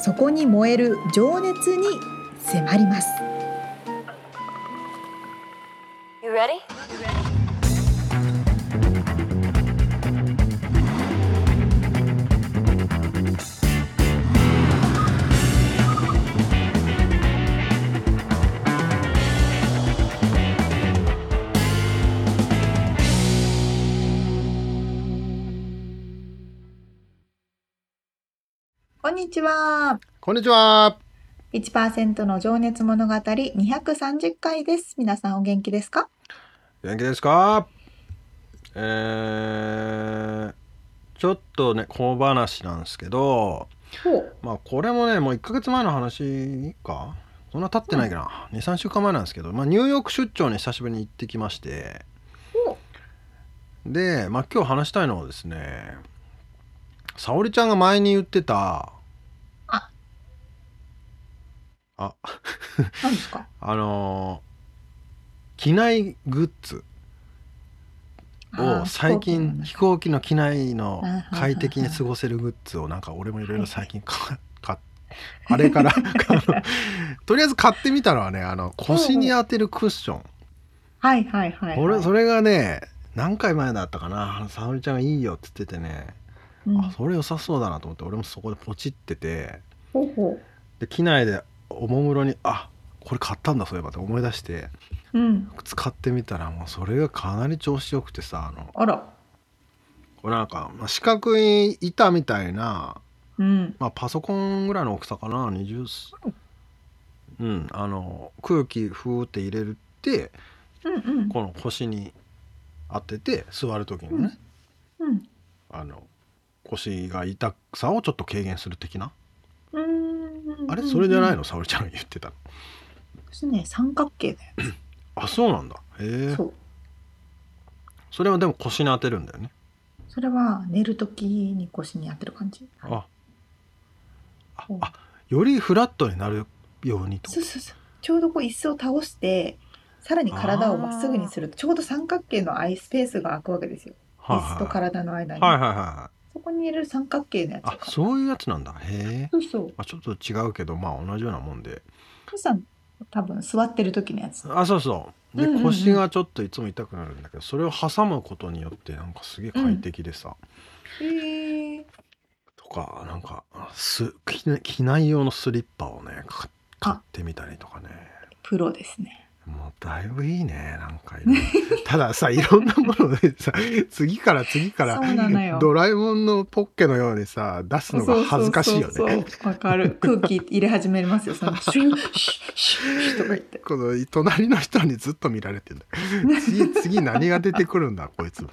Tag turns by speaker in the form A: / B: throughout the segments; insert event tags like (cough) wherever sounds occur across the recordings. A: そこに燃える情熱に迫ります
B: You ready?
A: こんにちは
C: こんにちは。
A: 1%の情熱物語230回です皆さんお元気ですか
C: 元気ですか。えー、ちょっとね小話なんですけど、
A: ほう
C: まあこれもねもう1ヶ月前の話か。そんな経ってないかな。2、3週間前なんですけど、まあニューヨーク出張に久しぶりに行ってきまして、
A: ほう
C: で、まあ今日話したいのはですね、沙織ちゃんが前に言ってた、
A: あ
C: あ、
A: 何ですか
C: あのー機内グッズ。
A: あー
C: を最近
A: 飛
C: 飛行機の機内の
A: あー
C: 快適に過ごせるグッズをなんか俺もいろいろ最近買っ買っあれ
A: (laughs)
C: からあのとりあえず買ってみたのはねあの腰に当てるクッション
A: はいはいはい、はい、
C: 俺それがね何回前だったかな沙織ちゃんがいいよって言っててね
A: うん
C: あそれ良さそうだなと思って俺もそこでポチってて
A: ほうほ
C: で機内でおもむろにあこれ買ったんだそういえばって思い出して
A: ううん
C: 使ってみたらもうそれがかなり調子よくてさあの
A: あら
C: これなんか、まあ、四角い板みたいな、
A: うん
C: まあ、パソコンぐらいの大きさかな20すうんあの空気ふーって入れるって
A: うんうん
C: この腰に当てて座る時にね、
A: うん
C: あの腰が痛さをちょっと軽減する的な、
A: うーん
C: あれそれじゃない
A: の
C: の沙織ちゃんが言ってたの
A: それね三角形だよ、
C: あそうなんだへえ
A: そ
C: そうれはでも腰に当てるんだよね
A: それは寝るときに腰に当てる感じ
C: ああ
A: うん
C: あよりフラットになるようにと
A: そうそうそうちょうどこう椅子を倒してさらに体をまっすぐにするとちょうど三角形のあいスペースが空くわけですよ
C: はい
A: 椅
C: はい
A: 子と体の間に、
C: はいはいはいはい
A: そこに入れる三角形のやつ
C: あそういうやつなんだへえ、
A: そうそう
C: まあ、ちょっと違うけどまあ同じようなもんで
A: 母さん多分座ってる時のやつ
C: あそうそうで、
A: うんうんうん
C: 腰がちょっといつも痛くなるんだけどそれを挟むことによってなんかすげえ快適でさ、
A: へえ
C: とかなんかす機内機内用のスリッパをねか買ってみたりとかね
A: プロですね
C: もうだいぶいいねなんかいろい
A: (laughs)
C: ろたださいろんなものでさ次から次か
A: そうなの
C: ら
A: よ
C: ドラえもんのポッケのようにさ出すのが恥ずかしいよね。
A: そうそうそうそうわかる空気入れ始めますよ
C: (laughs)
A: そのシュッシュッシュッシュッとか言って
C: この隣の人にずっと見られてんだ次 (laughs) 次何が出てくるんだこいつ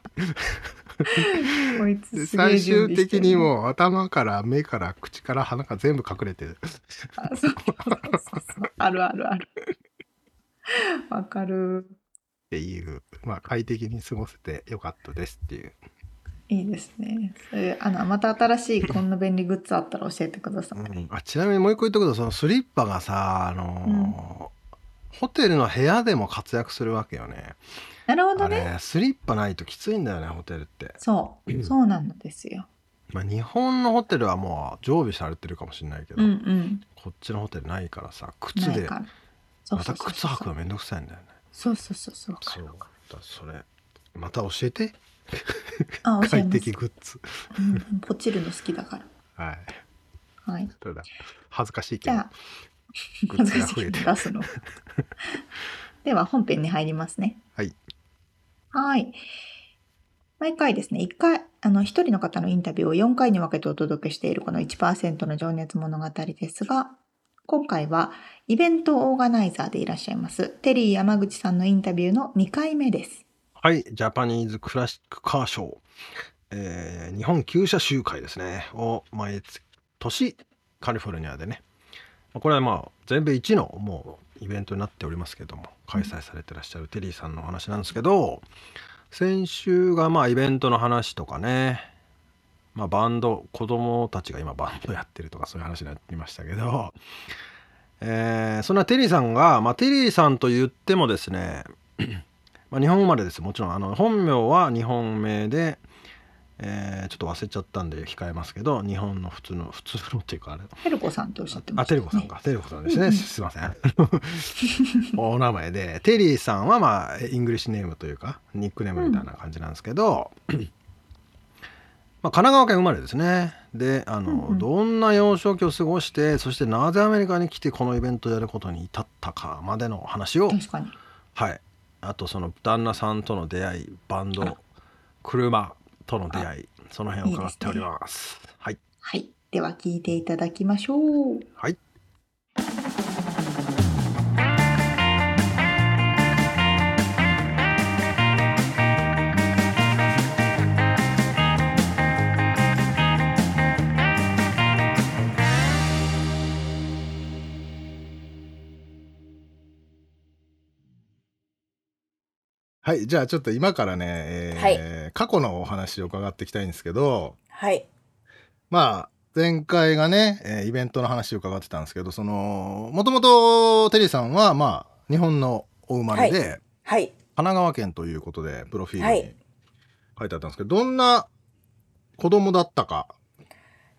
A: こいつ
C: です
A: げえ
C: 最
A: 準備し
C: 終
A: て
C: 的
A: る
C: にもう頭から目から口から鼻から全部隠れて (laughs) る
A: あそうそうそうそうあるあるあるわかる
C: っていうまあ快適に過ごせてよかったですっていう
A: いいですね。それあのまた新しいこんな便利グッズあったら教えてください。
C: あちなみにもう一個言っとくとそのスリッパがさあのーホテルの部屋でも活躍するわけよね
A: なるほど
C: あ
A: ね。
C: れスリッパないときついんだよねホテルって、
A: そう、そうなのですよ。
C: まあ、日本のホテルはもう常備されてるかもしれないけど、
A: うんうん。
C: こっちのホテルないからさ靴
A: ない
C: で
A: から。そう
C: ま
A: そ
C: た
A: うそう
C: 靴履くのめんどくさいんだよね。
A: そうそうそうそう。わか
C: そう
A: る
C: だからそれまた教えて
A: あ、教え
C: 快
A: ます。
C: 適グッズ。
A: うん、ポチるの好きだから。
C: はい。
A: はい。
C: ただ恥ずかしいけ
A: じ
C: ど
A: ゃあ、
C: グッ
A: 恥ず
C: ズが
A: かし
C: 増
A: い
C: え
A: け
C: て
A: ど出
C: (laughs)
A: すの。では本編に入りますね。
C: はい。
A: はい。毎回ですね、一回、あの、一人の方のインタビューを4回に分けてお届けしているこの1%の情熱物語ですが、今回はイベントオーガナイザーでいらっしゃいます、テリー山口さんのインタビューの2回目です。
C: はい、ジャパニーズクラシックカーショー、えー日本旧車集会ですねを毎年カリフォルニアでねまあこれはまあ全米一のもうイベントになっておりますけども開催されてらっしゃるテリーさんのお話なんですけど先週がまあイベントの話とかね、まあ、バンド子供たちが今バンドやってるとかそういう話になりましたけど、えーそんなテリーさんが、まあ、テリーさんと言ってもですねまあ日本生まれですもちろんあの本名は日本名で、えーちょっと忘れちゃったんで控えますけど日本の普通の普通のっていうかあれ
A: テルコさんとおっしゃってま
C: あ
A: した
C: テ
A: ね
C: ルコさんか、テルコさんです
A: うんう (laughs)
C: ね
A: ん
C: すすいません (laughs) お名前でテリーさんはまあイングリッシュネームというかニックネームみたいな感じなんですけど、まあ、神奈川県生まれですねであの、
A: うんうん
C: どんな幼少期を過ごしてそしてなぜアメリカに来てこのイベントをやることに至ったかまでの話を
A: 確かに
C: はいあとその旦那さんとの出会いバン
A: あら
C: ド車との出会いその辺を伺っておりますはい
A: はいでは聞いていただきましょう
C: はいはい、じゃあちょっと今からね、えー過去のお話を伺っていきたいんですけど、
D: はい。
C: まあ、前回がね、えーイベントの話を伺ってたんですけど、その、もともとテリーさんは、まあ、日本のお生まれで、神
D: はい。
C: 奈川県ということで、プロフィール
D: は
C: に
D: い
C: 書いてあったんですけど、どんな子供だったか。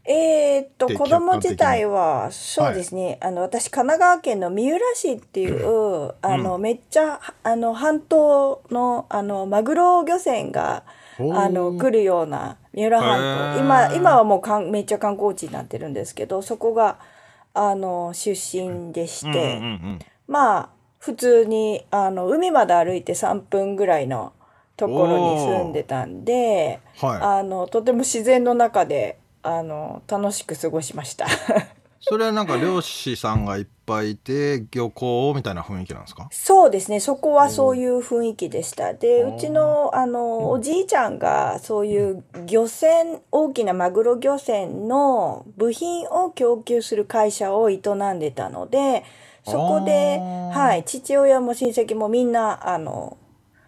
D: えーっと、
C: で
D: 子供自体は、そうですね、あの、私、神奈川県の三浦市っていう、あの、めっちゃ、あの、半島の、あの、マグロ漁船が、
C: ほう
D: あの、来るような、三浦半
C: へー
D: 島。今、今はもうかん、めっちゃ観光地になってるんですけど、そこが、あの、出身でし
C: うんうん
D: て、
C: うん
D: まあ、普通に、あの、海まで歩いて3分ぐらいのところに住んでたんで、
C: はい。
D: あのとても自然の中であの楽しく過ごしました (laughs)
C: それはなんか漁師さんがいっぱいいて、漁港みたいな雰囲気なんですか
D: そうですねそこはそういう雰囲気でしたで
C: おー
D: うちのあのおじいちゃんがそういう漁船大きなマグロ漁船の部品を供給する会社を営んでたのでそこで、
C: あー
D: はい、父親も親戚もみんなあの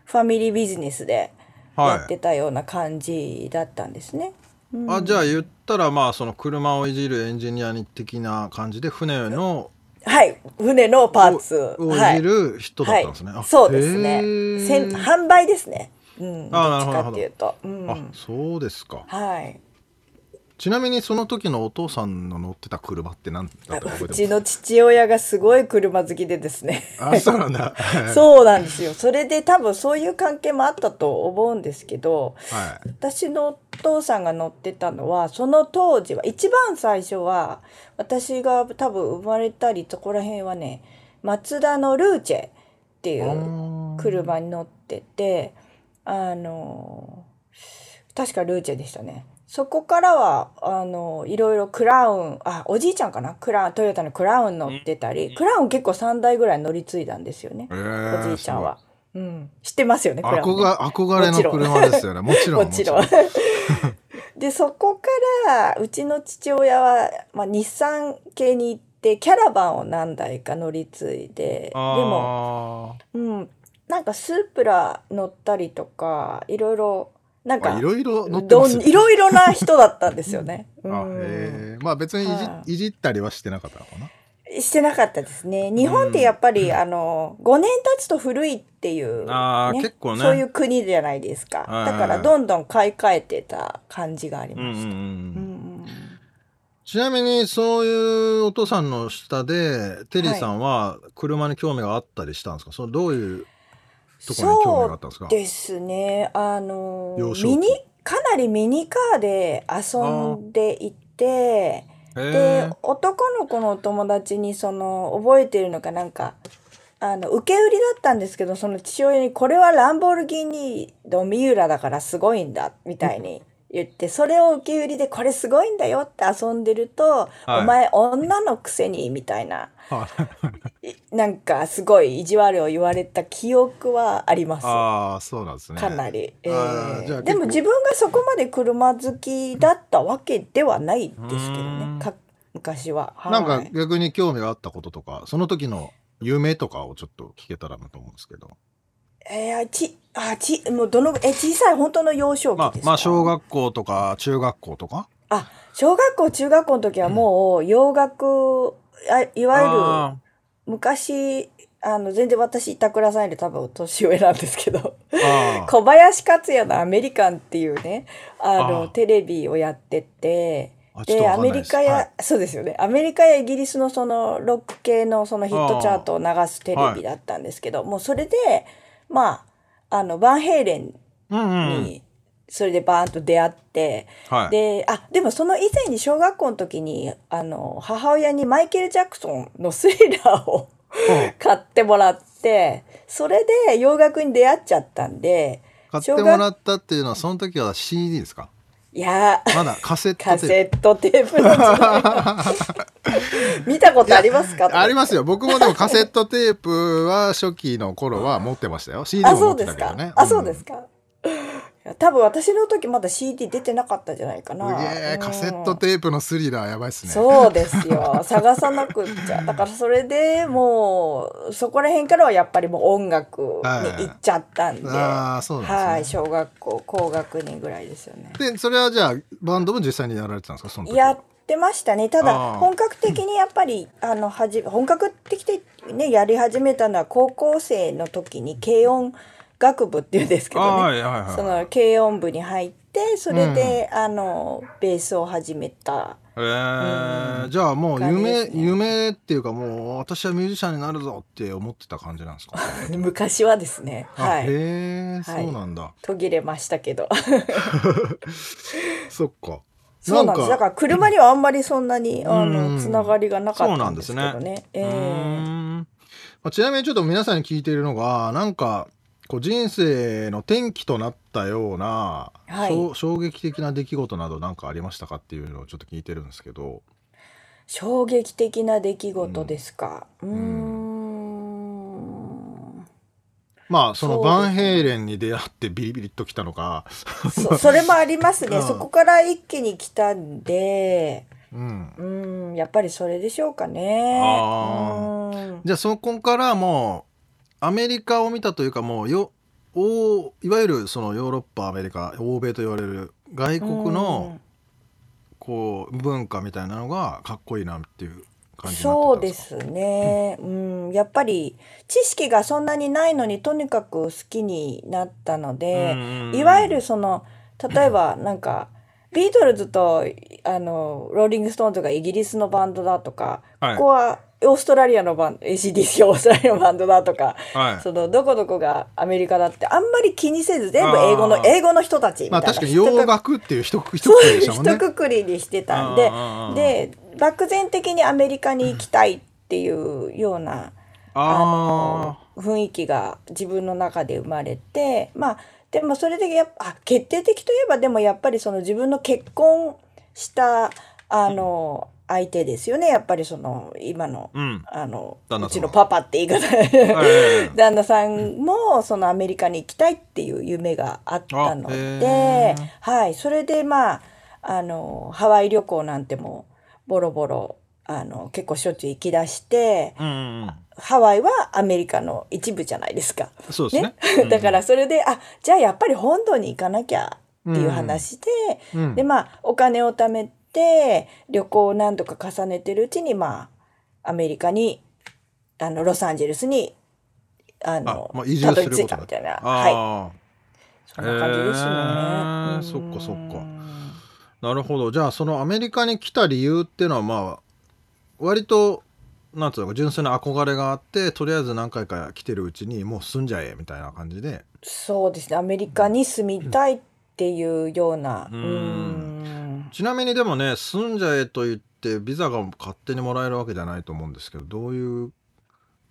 D: ファミリービジネスでや
C: は
D: っ
C: い
D: て。たような感じだったんですね。うん
C: あじゃあ言ったらまあその車をいじるエンジニア的な感じで船の
D: はい、船のパーツ
C: を
D: はい
C: じる人だったんですね。
D: はい、
C: あ
D: そうですね
C: へー
D: せん販売ですねうんど
C: あ
D: っち
C: ーなる
D: か
C: ほど
D: っていうと、うん、
C: あそうですか。
D: はい
C: ちなみにその時のお父さんの乗ってた車って何だったか覚
D: う
C: えて
D: ち
C: ます
D: の父親がすごい車好きでですね
C: あそうなん
D: (laughs)
C: だ。
D: そうなんですよそれで多分そういう関係もあったと思うんですけど
C: は
D: 私のお父さんが乗ってたのはその当時は一番最初は私が多分生まれたりそこら辺はねマツダのルーチェってい
C: い。
D: う
C: あー
D: 車に乗っててあの確かルーチェでしたねそこからはあのいろいろクラウンあおじいちゃんかなクラウントヨタのクラウン乗ってたりクラウン結構3台ぐらい乗り継いだんですよね
C: え
D: お
C: ー
D: じいちゃんは、うん、知ってますよね
C: す
D: ク
C: ごい
D: ラウンね、
C: 憧憧れの車ですよね。もちろん。
D: もちろん (laughs) でそこからうちの父親は、まあ、日産系に行ってキャラバンを何台か乗り継いででも
C: も
D: うん、なんかスープラ乗ったりとかいろいろなん
C: ちろ
D: か
C: ん。あいろいろ乗って
D: ど
C: ま
D: ん
C: す
D: いろいろな人だったんですよね。う
C: (laughs) あ
D: ん、
C: へーまあ別にい
D: は
C: じいじったりはしてなかったのかな。
D: してなかったですね。日本ってやっぱり、あの5年経つと古いっていう、
C: あー結構ね
D: そういう国じゃないですか。
C: はいはい
D: だからどんどん買い替えてた感じがありました。うんうん
C: ちなみにそういうお父さんの下でテリーさんは車に興味があったりしたんですか、そのどういうところに興味があったんですか
D: ですね。あの
C: 幼少期
D: ミニかなりミニカーで遊んでいて。
C: へ
D: で
C: ー
D: 男の子のお友達にその覚えてるのかなんかあの受け売りだったんですけどその父親に「これはランボルギーニのミューラだからすごいんだ」みたいに言ってそれを受け売りで「これすごいんだよ」って遊んでると「
C: はい
D: お前女のくせに」みたいな
C: あ
D: いなんかすごい意地悪を言われた記憶はあります。
C: あーそうなんですね
D: かなり、え
C: あーじゃあ
D: ー、でも
C: 結
D: 自分がそこまで車好きだったわけではないですけど
C: うーん
D: ねか、昔は。はい
E: なんか逆に興味があったこととか、その時の夢とかをちょっと聞けたらなと思うんですけど。
D: えー、ち、あ、ち、もうどの、え、小さい本当の幼少期
C: まあ
D: ですか、
C: まあ小学校とか中学校とか
D: あ、小学校、中学校の時はもう洋楽、あいわ
C: あ
D: ゆる昔、あの、全然私、板倉さんより多分年上なんですけど、
C: ーあー
D: 小林克也のアメリカンっていうね、あの、
C: あー
D: テレビをやってて、
C: あちょっと
D: で、
C: わ
D: ア
C: かん
D: メ
C: ない
D: リ
C: です
D: カや、
C: はい
D: そうですよね。アメリカやイギリスのそのロック系のそのヒットチャートを流すテレビだったんですけど、もうそれで、まあ、あの、バンヘイレン
C: うんうんうん
D: に、それでバーンと出会って、
C: はい
D: で、あ、でもその以前に小学校の時に、あの、母親にマイケル・ジャクソンのスリラーを
C: うん
D: 買ってもらって、それで洋楽に出会っちゃったんで、
E: 買ってもらったっていうのは、その時は CD ですか
D: いやー、
E: まだカセット
D: カ
E: テー
D: セットテープの時代見たことあります
E: (laughs)
D: か。
E: プ。ありますすよ。僕もでもカセットテープは初期の頃は持ってましたよ。CD
D: あ、
E: も
D: そ
E: 持
D: う
E: って
D: です
E: たけ
D: か
E: どね。。
D: あ、そうです
E: か。
D: か。いや多分私の時まだ CD 出てなかったんじゃないか
E: すげ
D: な。
E: え、カセット
D: うん
E: テープのスリラーやばいっすね。
D: そうですよ探さなくっちゃだからそれでもうそこら辺からはやっぱりもう音楽に行っちゃったんで、
E: ああ、そうなん
D: はい
E: ですね。
D: 小学校高学年ぐらいですよね
E: でそれはじゃあバンドも実際にやられてたんですかその時は
D: やってましたねただ
C: あー
D: 本格的にやっぱりあのはじ本格的にねやり始めたのは高校生の時に軽音楽部っていうんですけ
C: あー
D: どね
C: はいはいはい
D: その軽音部に入ってそれで、あのベースを始めた
C: えー
E: じゃあもう夢、
D: ですね
E: 夢っていうかもう私はミュージシャンになるぞって思ってた感じなんですか。
D: 昔はですねは
E: あ
D: い。
E: へえ、そうなんだ。
D: 途切れましたけど
E: そっか。
D: そうなんですだから車にはあんまりそんなにあ
E: うん
D: のつながりがなかったんですけど
C: そう
D: ね
C: う
D: ええ
C: ーん
E: まあちなみにちょっと皆さんに聞いているのがなんかこう人生の転機となったような、
D: はい
E: 衝衝撃的な出来事など何かありましたかっていうのをちょっと聞いてるんですけど
D: 衝撃的な出来事ですかうーん
E: まあその
D: そうですね
E: バンヘイレンに出会ってビリビリっときたのか、
D: そそれもありますね、
E: うん
D: そこから一気に来たんで
E: うん、
D: うーんやっぱりそれでしょうかね
C: あ
D: うーん
E: じゃあそこからもうアメリカを見たというかもうよおいわゆるそのヨーロッパアメリカ欧米と言われる外国のこう文化みたいなのがかっこいいなっていう感じになってた
D: そうん
E: で
D: です
E: か
D: すね、うん、やっぱり知識がそんなにないのにとにかく好きになったので、いわゆるその例えばなん
E: (laughs)
D: かビートルズとあのローリング・ストーンズがイギリスのバンドだとか、
C: はい
D: ここはオーストラリアのバンド ACDC オーストラリアのバンドだとか、
C: はい
D: そのどこどこがアメリカだってあんまり気にせず全部英語
C: あ
D: の
C: ー
D: 英語の人たちみたい
E: ま
D: な。
E: あ確かに
D: 人
E: 洋
D: が
E: 楽っていう一括一
D: そう
E: 括で
D: い
E: し
D: う
E: た
D: 一
E: もんね。
D: 括りにしてたんで
C: あー
D: で漠然的にアメリカに行きたいっていうようなあ
C: あ
D: の雰囲気が自分の中で生まれてまあでもそれでやっぱあ決定的といえばでもやっぱりその自分の結婚したあの相手ですよねやっぱりその今の (laughs)
C: ーうん
D: あの
C: 旦那様
D: うちのパパって言い方
C: ええ
D: (laughs) 旦那さんもそのアメリカに行きたいっていう夢があったの
C: あへ
D: で
C: え、
D: はい、それでまああのハワイ旅行なんてもボロボロあの結構しょっちゅう行き出して
C: うんうんうん
D: ハワイはアメリカの一部じゃないですか。
C: そうです
D: ね
C: ね
D: (laughs) だからそれであじゃあやっぱり本土に行かなきゃっていう話で、
E: うん
D: でまあお金を貯めて旅行を何度か重ねてるうちにまあアメリカにあのロサンゼルスにあの
E: あまあ移住すること
D: たどり着いたみたいなはい
C: あ
D: そんな感じですよね。
C: へえそっかそっかあなるほどじゃあそのアメリカに来た理由っていうのはまあ割となんつうのか純粋な憧れがあってとりあえず何回か来てるうちにもう住んじゃえみたいな感じで
D: そうですねアメリカに住みたいっていうような。
C: う
D: うんん
C: ちなみにでもね住んじゃえと言ってビザが勝手にもらえるわけじゃないと思うんですけどどういう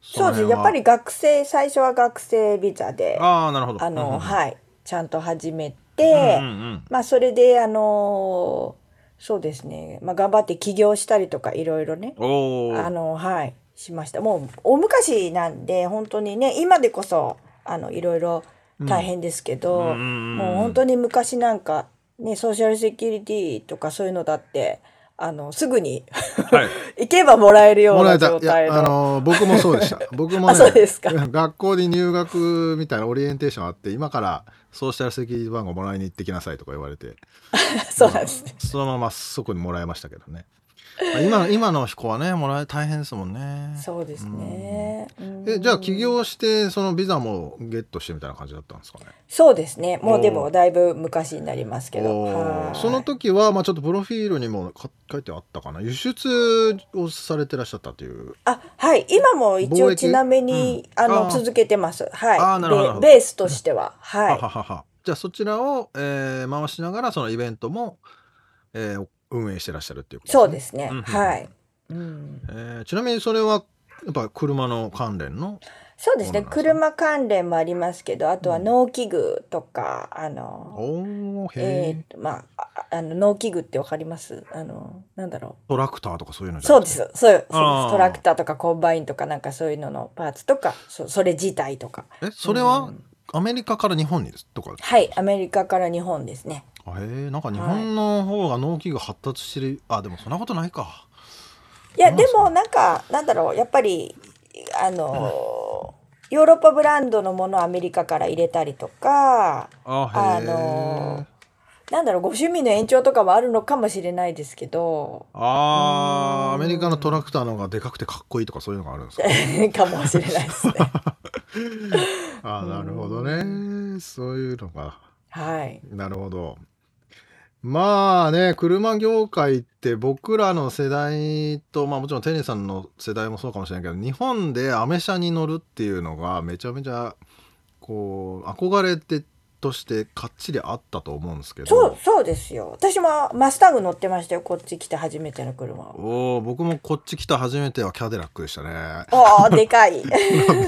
C: そ
D: そう
C: の
D: です
C: 辺
D: ね
C: は
D: やっぱり学生最初は学生ビザであ
C: ああなるほど
D: の、はいちゃんと始め
C: い
D: て。
C: うんうん
D: まあそれであのーそうですね、まあ、頑張って起業したりとかいろいろね
C: うん、おお
D: あのはいしましたもう大昔なんで本当にね今でこそあのいろいろ大変ですけど、もう本当に昔なんかねソーシャルセキュリティとかそういうのだってあの、すぐに (laughs)
F: はい
D: 行けばもらえるよ
C: も
D: う
C: ら
D: な
C: えた
D: 状
C: いや
D: 態
C: あ
D: の。
C: の僕もそうでした
D: (laughs)
C: 僕も、ね、
D: あそうですか
C: 学校に入学みたいなオリエンテーションあって今からソーシャルセキュリティ番号もらいに行ってきなさいとか言われて
D: (laughs) そうなんですね。
C: そのまま即にもらえましたけどねまあ今今の子はねもらえ大変ですもんね
D: そうですね。うん
C: えじゃあ起業してそのビザもゲットしてみたいな感じだったんですかね
D: そうですね。もうで
C: お
D: も
C: ー
D: だいぶ昔になりますけど。
C: おー
D: はい
C: その時は、まあ、ちょっとプロフィールにもか書いてあったかな輸出をされてらっしゃったという
D: あ、はい。今も一
C: 貿
D: 応
C: 易
D: ちなみに、
C: うん
D: あ
C: あ
D: の、
C: ー
D: 続けてます。はい。
C: あーなるほど
D: でベースとしては。は。
C: はいははじゃあそちらを、えー回しながらそのイベントも、えー運営してらっしゃるっていうこと
D: そうですすね。
C: うんうん
D: はい。うん
C: ね、えーちなみにそれはやっぱ車の関連の
D: そうですね。
C: そうなんです
D: 車関連もありますけど、あとは農機具とか、あの、
C: おーへ
D: え
C: え
D: ーと、まあ、ああの、農機具ってわかりますあの、なんだろう。
C: トラクターとかそういうのじゃ
D: そ
C: な
D: う
C: く
D: で
C: て
D: す。そうです。
F: あー
D: トラクターとかコンバインとかなんかそういうののパーツとか、そそれ自体とか。
C: えそれ
D: う
C: は
D: ん
C: アメリカから日本にですとか
D: はい。アメリカから日本ですね。
C: あへえなんか日本の方が農機具発達してるあでもそんなことないか
D: いや、
C: うん
D: でもなんか、なんだろう、やっぱり、あのー、ヨーロッパブランドのものをアメリカから入れたりとか、
F: あ
D: あ
F: へえ
D: のなんだろう、ご趣味の延長とかもあるのかもしれないですけど、 (laughs)
C: あーアメリカのトラクターの方がでかくてかっこいいとかそういうのがあるんですか
D: かもしれない
C: (laughs)
D: ですね。
C: あーなるほどねそういうのが
D: はい。
C: なるほど。まあね、車業界って僕らの世代と、まあもちろんテニーさんの世代もそうかもしれないけど、日本でアメ車に乗るっていうのがめちゃめちゃ、こう、憧れてとしてかっちりあったと思うんですけど、
D: そう、そうですよ。私もマスタング乗ってましたよ、こっち来て初めての車を。。
C: おー僕もこっち来た初めてはキャデラックでしたね (laughs)
D: おー、でかい。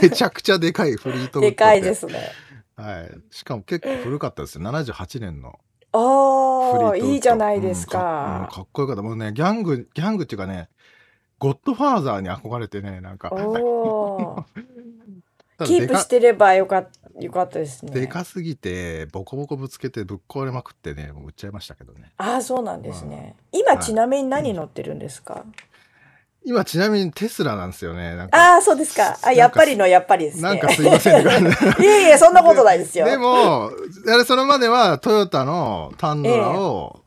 C: めちゃくちゃでかいフリートウッド
D: でかいで。すね。
C: はい。しかも結構古かったですよ。78年の。フリー
D: お
C: トウッド
D: ー、いいじゃないです
C: うん
D: か
C: か。うんかっこよかったもうねギャングギャングっていうかねゴッドファーザーに憧れてねなんか (laughs)
D: おー。
C: ただ
D: キ
C: で
D: ープ
C: か
D: してればよかっよかったですね。
C: でかすぎてボコボコぶつけてぶっ壊れまくってねもう売っちゃいましたけどね
D: ああ、そうなんですね。
C: は
D: 今
C: い
D: ちなみに何乗ってるんですか。
C: 今ちなみにテスラなんですよねなんか
D: ああ、そうですか。あ、
C: か
D: やっぱりのやっぱりですね。
C: なんかすいません
D: (laughs)
C: ね
D: いえいえ、そんなことないですよ。
C: でもあれそれまではトヨタのタンドラを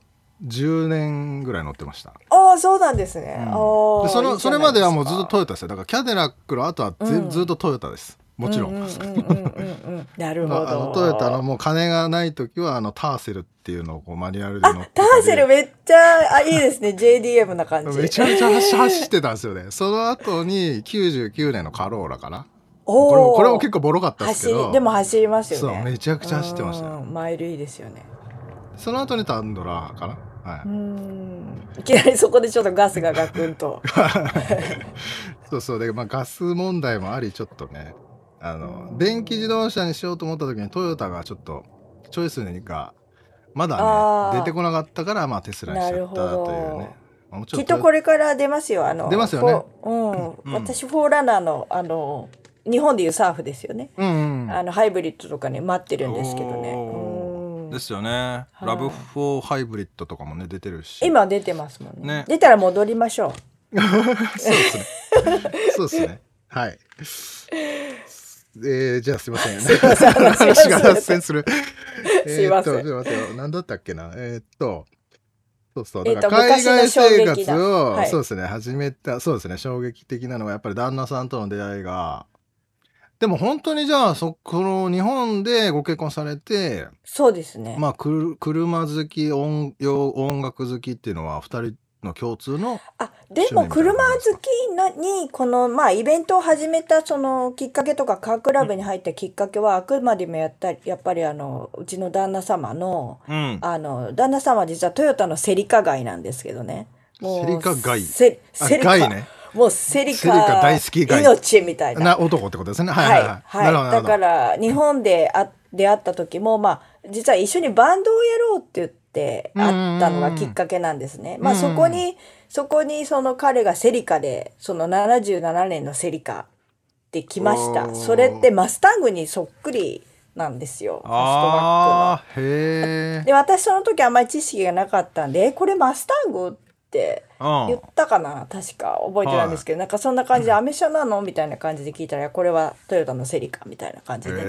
C: 10年ぐらい乗ってました、
D: ああ、そうなんですね。
C: うん
D: おー
C: でその
D: いいじ
C: そ
D: ゃな
C: れ
D: い
C: まではもうずっと
D: すか
C: トヨタですよだからキャデラックの後は全、
D: うん
C: ずっとトヨタですもちろ
D: うんんうんうんうんうんうんなるほど。
C: あのトヨタの。もう金がない時はあのターセルっていうのをこうマニュアルで乗って
D: タ
C: り
D: ーセルめっちゃ、あ、いいですね。JDM な感じ。
C: めちゃめちゃ走走ってたんですよね (laughs) その後に99年のカローラかな
D: おー
C: これもこれも結構ボロかったで
D: 走
C: すけ
D: り、
C: ど
D: でも走りますよね。
C: そうめちゃくちゃ走ってましたよ
D: うんマイルいいですよね。
C: その後にタンドラかなは
D: う
C: い、
D: ん。いきなりそこでちょっとガスがガクンと。
C: そうそうで、まあ、ガス問題もありちょっとねあの電気自動車にしようと思った時にトヨタがちょっとチョイスがまだ
D: あ
C: ね
D: ー
C: 出てこなかったから、まあ、テスラにしちゃったと
D: なる
C: いう
D: ほ
C: ねまあもち
D: き
C: ろ
D: っ
C: んトヨ
D: とこれから出ますよ。あの、
C: 出ますよね
D: フォーうん。
C: うん
D: 私、フォーランナーの、あの、日本でいうサーフですよね。
C: うんうん、
D: あの、ハイブリッドとかね、待ってるんですけどね。
F: おー
D: う
F: で
D: ん
F: すよね、
D: い
C: ラブ4ハイブリッドとかもね出てるし
D: 今出てますもんね
F: ね
D: 出たら戻りましょう。
C: そうで
D: (laughs)
C: すねそうですねはいえー、じゃあすい
D: (laughs)
C: ません話が脱線す (laughs) る
D: すいません
C: えーっとちょっと待ってよ何だったっけなえーっとそうそう
D: えー
C: だ
D: っ
C: か
D: と
C: ら海外
D: 昔の
C: 生
D: 衝撃
C: 活
D: だ
C: を、
D: はい
C: そうですね始めたそうですね衝撃的なのがやっぱり旦那さんとの出会いがでも本当にじゃあそこの日本でご結婚されて
D: そうですね。
C: まあ、くる車好き音洋音楽好きっていうのは2人の共通の
D: あ、で
C: 趣味みたいな
D: も車
C: 感
D: 好
C: じですか
D: きなに、この、まあ、イベントを始めた、その、きっかけとか、カークラブに入ったきっかけは、あくまでもやったり、やっぱり、あの、うちの旦那様の、
F: うん
D: あの、旦那様は実はトヨタのセリカ街なんですけどね。もう
C: セリカ街
D: セ
C: あ
D: セリカ。
C: ガイね
D: もうセリカ。
C: セリカ大好き街
D: 命みたいな。
C: な男ってことですねはいは
D: はいい、
C: はい、なるほど
D: はい。だ
C: なるほど
D: から、日本であ出会った時も、まあ、実は一緒にバンドをやろうって言って、
C: うんうんうん
D: 会ったのがきっかけなんですね。まあ、
C: うんうん
D: そ
C: うん
D: こに、そこに、その彼がセリカで、その77年のセリカで来まし
C: おー
D: た。それってマスタングにそっくりなんですよ。マストバックの。
F: あーへえ
D: で私その時あんまり知識がなかったんでえこれマスタングっって
C: うん
D: 言ったかな確か覚えてないんですけど、なんかそんな感じで「アメ車なの?」みたいな感じで聞いたらいや「これはトヨタのセリカ」みたいな感じでね、う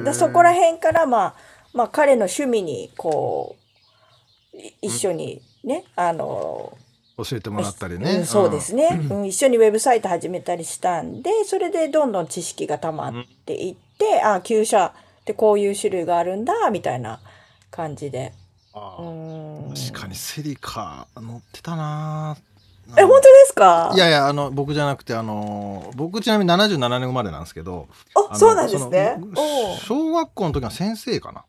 D: ん、だそこら辺から、まあ、まあ彼の趣味にこうい一緒にね、あの
C: 教えてもらったりね、
D: うんそうですね、うん一緒にウェブサイト始めたりしたんでそれでどんどん知識が溜まっていって、あ旧車ってこういう種類があるんだみたいな感じで。う
C: あ
D: ん
C: ー確かにセリカ乗ってたな
D: え本当ですか
C: いやいやあの僕じゃなくてあの僕ちなみに77年生まれなんですけどあ
D: あ
C: の
D: そうなんですね
C: その小学校の時の先生かな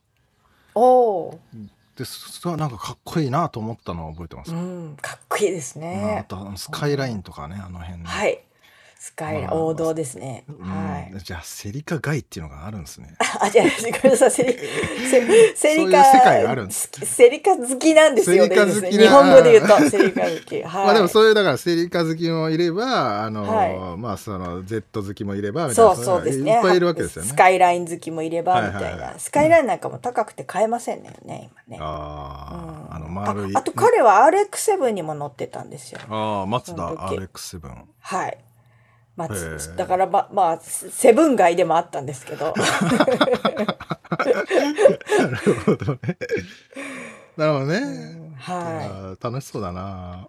D: おおう
C: でそれはなんかかっこいいなと思ったのを覚えてます、
D: うんかっこいいです
C: うんあ
D: ね
C: とあのスカイラインとかねあの辺ね、
D: はいスカイラ
C: まあ
D: 王道ですね
C: うん
D: はい (laughs)
C: じゃあセリカ街っていうのがあるんですね
D: あじゃあごめんなさいセリセセリカ
C: そういう世界があるんです
D: 好きセリカ好きなんですよね
C: セリカ好きな
D: ですね日本語で言うとセリカ好きはい
C: (laughs) まあでもそういうだからセリカ好きもいればあの、
D: は
C: まあその Z 好きもいればみたい
D: そ
C: な
D: うそうです
C: い
D: ね
C: っぱいいるわけですよね
D: ス。カイライン好きもいれば
C: はいは
D: み
C: いは
D: た
C: い
D: いな、スカイラインなんかも高くて買えませんねね今ね
C: あ
D: うん
C: ああの丸い
D: ああと彼は RX7 にも乗ってたんですよ
C: ああ
D: そ
C: 松田
D: の時
C: RX7
D: はい。まあ
C: へ
D: つ
C: え
D: だからままあセセブン街でもあったんですけど
C: なるほどねなるほどね、
D: はい
C: やー楽しそうだな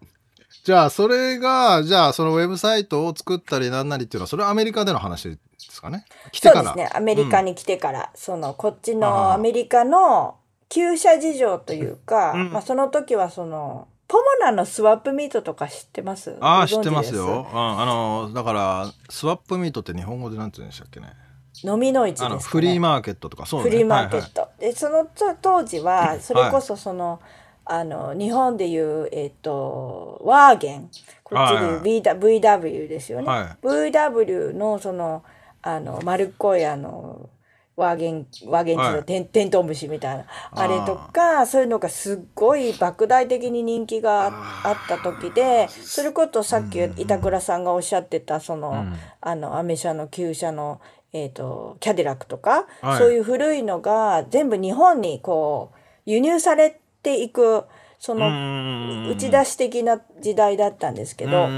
C: じゃあそれがじゃあそのウェブサイトを作ったりなんなりっていうのはそれはアメリカでの話ですかね来て
D: そう
C: か
D: で
C: ら
D: すねアメリカに来てから、そのこっちの
C: あー
D: アメリカの旧車事情というか、
C: うん
D: まあ、その時はそのポモナのスワップミートとか知ってます
C: あ
D: ご存
C: あ
D: 知
C: 知ってます
D: で
C: よ、うん、あのだからスワップミートって日本語でなんて言うんでしたっけね
D: す飲みの市です
C: あ
D: か、ね、
C: のフリーマーケットとかそうね
D: フリーマーケ
C: はい
D: ット。でその当当時はそれこそその、あの日本でいうえっ、とワーゲンこっちでいう V だ VW ですよね。
C: は
D: VW のそのあの丸っこいあのワーゲンワーゲン自
C: は
D: 動
C: い
D: テンテントウムシみたいな
C: あー
D: あれとかそういうのがすっごい莫大的に人気がああった時でそれこそさっき板倉さんがおっしゃってたその、
C: はいうん
D: あのアメ車の旧車の、えー、とキャデラックとか、
C: はい
D: そういう古いのが全部日本にこう輸入されていくその打
C: 打
D: ち出し的な時代だったんですけど、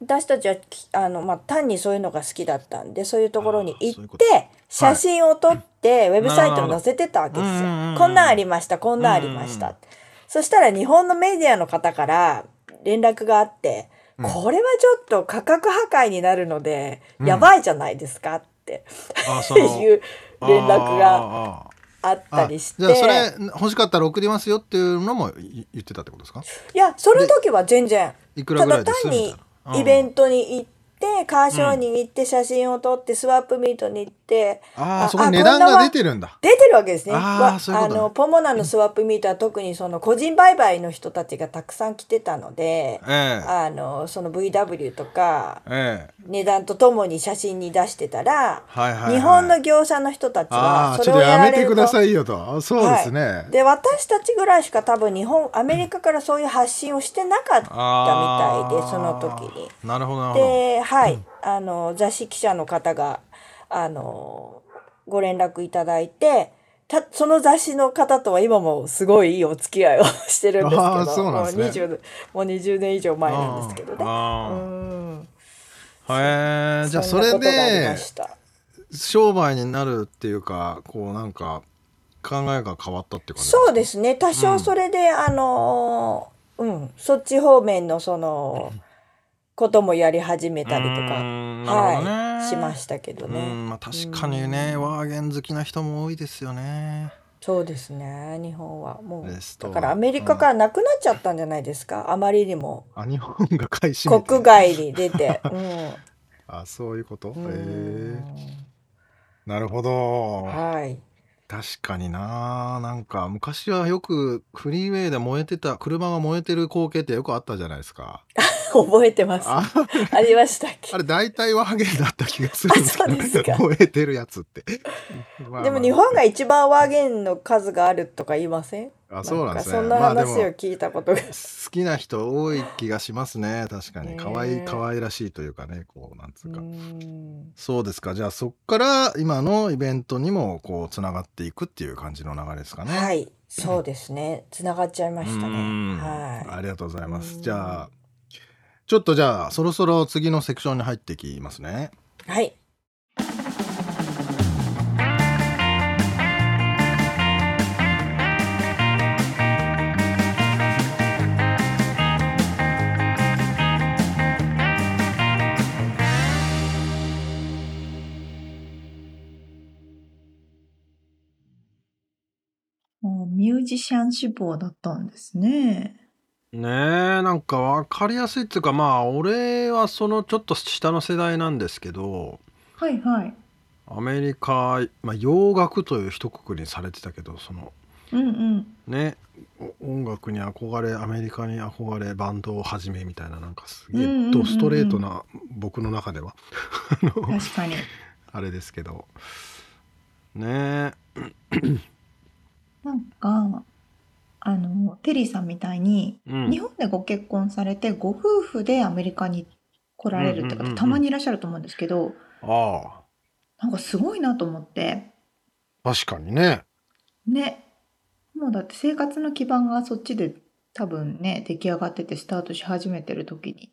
D: 私たちはきあの、まあ、単にそういうのが好きだったんでそういうところに
C: あー
D: 行
C: そういう
D: っ
C: こと
D: て写真を撮って、ウェブサイトに載せてたわけですよ
C: なるほどうんうんうん。うん
D: こんなんありましたこんなんありまし
C: うん
D: た。そしたら日本のメディアの方から連絡があって、
C: ん
D: これはちょっと価格破壊になるので、やばいじゃないですかって
C: あ
D: (laughs)
C: そ
D: いう
C: の
D: 連絡が
C: が
D: あったりして。
C: じゃあそれ欲しかったら送りますよっていうのもい言ってたってことですか
D: いや、その時は全然。
C: いくらぐらいです
D: ただ単に
C: みたいな
D: イベントに行って、カーショーに行って、写真を撮って、スワップミートに行って、
C: ああそこに値段が出て
D: る。
C: るんだ
D: 出てるわけですね。
C: あー
D: わ
C: そういうことね
D: の、ポモナのスワップミートは特にその個人売買の人たちがたくさん来てたので、
C: ええ
D: あの、その VW とか、
C: ええ
D: 値段とともに写真に出してたら、
C: はいはいはい
D: 日本の業者の人たちは
C: ああち
D: それ
C: ょっと
D: をや
C: や
D: ら
C: め
D: れ
C: て
D: る
C: く
D: と
C: ださいよとあそうですね、
D: はい、で私たちぐらいしか多分日本アメリカからそういう発信をしてなかったみ
C: ああ
D: たいでその時に。
C: なるほどなるほど
D: ではいあの雑誌記者の方があのご連絡いただいてたその雑誌の方とは今もすごいいいお付き合いをしてるんですけど
C: あーそうなんですね
D: もう 20, もう20年以上前なんですけどね。
C: あ
D: う
C: ー
D: ん
C: へえじゃあそ
D: んな
C: れ
D: ことがあり
C: で
D: ました
C: 商売になるっていうかこうなんか考えが変わったって感じ
D: そうですね多少それで、あのーうんそっち方面のそのこともやり始めたりとか、
C: うーんなるほど
D: は
C: ね
D: い、しましたけど
C: う
D: ね
C: んまあ確かにねワーゲン好きな人も多いですよね
D: そうですね日本はも
C: レ
D: う
C: スト
D: だ
C: ラン
D: からアメリカからなくなっちゃったんじゃないですかあまりにも
C: あ日本が買い占めて
D: 国外に
E: (laughs)
D: 出て、う
C: あそういうことへ
D: ん
C: えなるほど
D: はい
C: 確かにななんか昔はよくフリーウェイで燃えてた車が燃えてる光景ってよくあったじゃないですか
D: 覚えてますあ
C: あ
D: りましたっけ
C: あれ大体ワーゲンだった気がするんですけど
D: あそうですか
C: 燃
D: (laughs)
C: えてるやつってまあまあ
D: でも日本が一番ワーゲンの数があるとか言いません
E: あそうなんです
D: か
E: ね
D: そんな
E: まあで
D: 話
E: も
D: を聞いたことが、
E: 好きな人多い気がしますね確かに
D: ね
E: 可愛い可愛らしいというかねこうなんつうか、
D: うん
E: そうですかじゃあそっから今のイベントにもこうつながっていくっていう感じの流れですかね
D: はいいそうですねつながっちゃいましたねは
E: ありがとうございま
D: う
E: す
D: ん
E: じゃあちょっとじゃあそろそろ次のセクションに入ってきますね
D: いはい
A: もうミュージシャン志望だったんですね。
C: ねえなんか分かりやすいっていうかまあ俺はそのちょっと下の世代なんですけど
A: はいはい。
C: アメリカ、まあ、洋楽という一括りにされてたけどその
A: うんうん。
C: ねお音楽に憧れアメリカに憧れバンドを始めみたいななんかすげ
A: うんうんうんう
C: え
A: ん
C: ドストレートな僕の中ではあの
A: 確かに。
C: あれですけどね
A: なんか、あの、テリーさんみたいに、
C: え、うん
A: 日、本でご結婚されて、ご夫婦でアメリカに来られるって
C: うんうんうんう
A: 方、
C: ん
A: たまにいらっしゃると思うんですけど、
C: あ
A: なんかすごいなと思って、
E: 確かにね
A: ね。もうだって生活の基盤がそっちで多分ね、出来上がっててスタートし始めてる時に、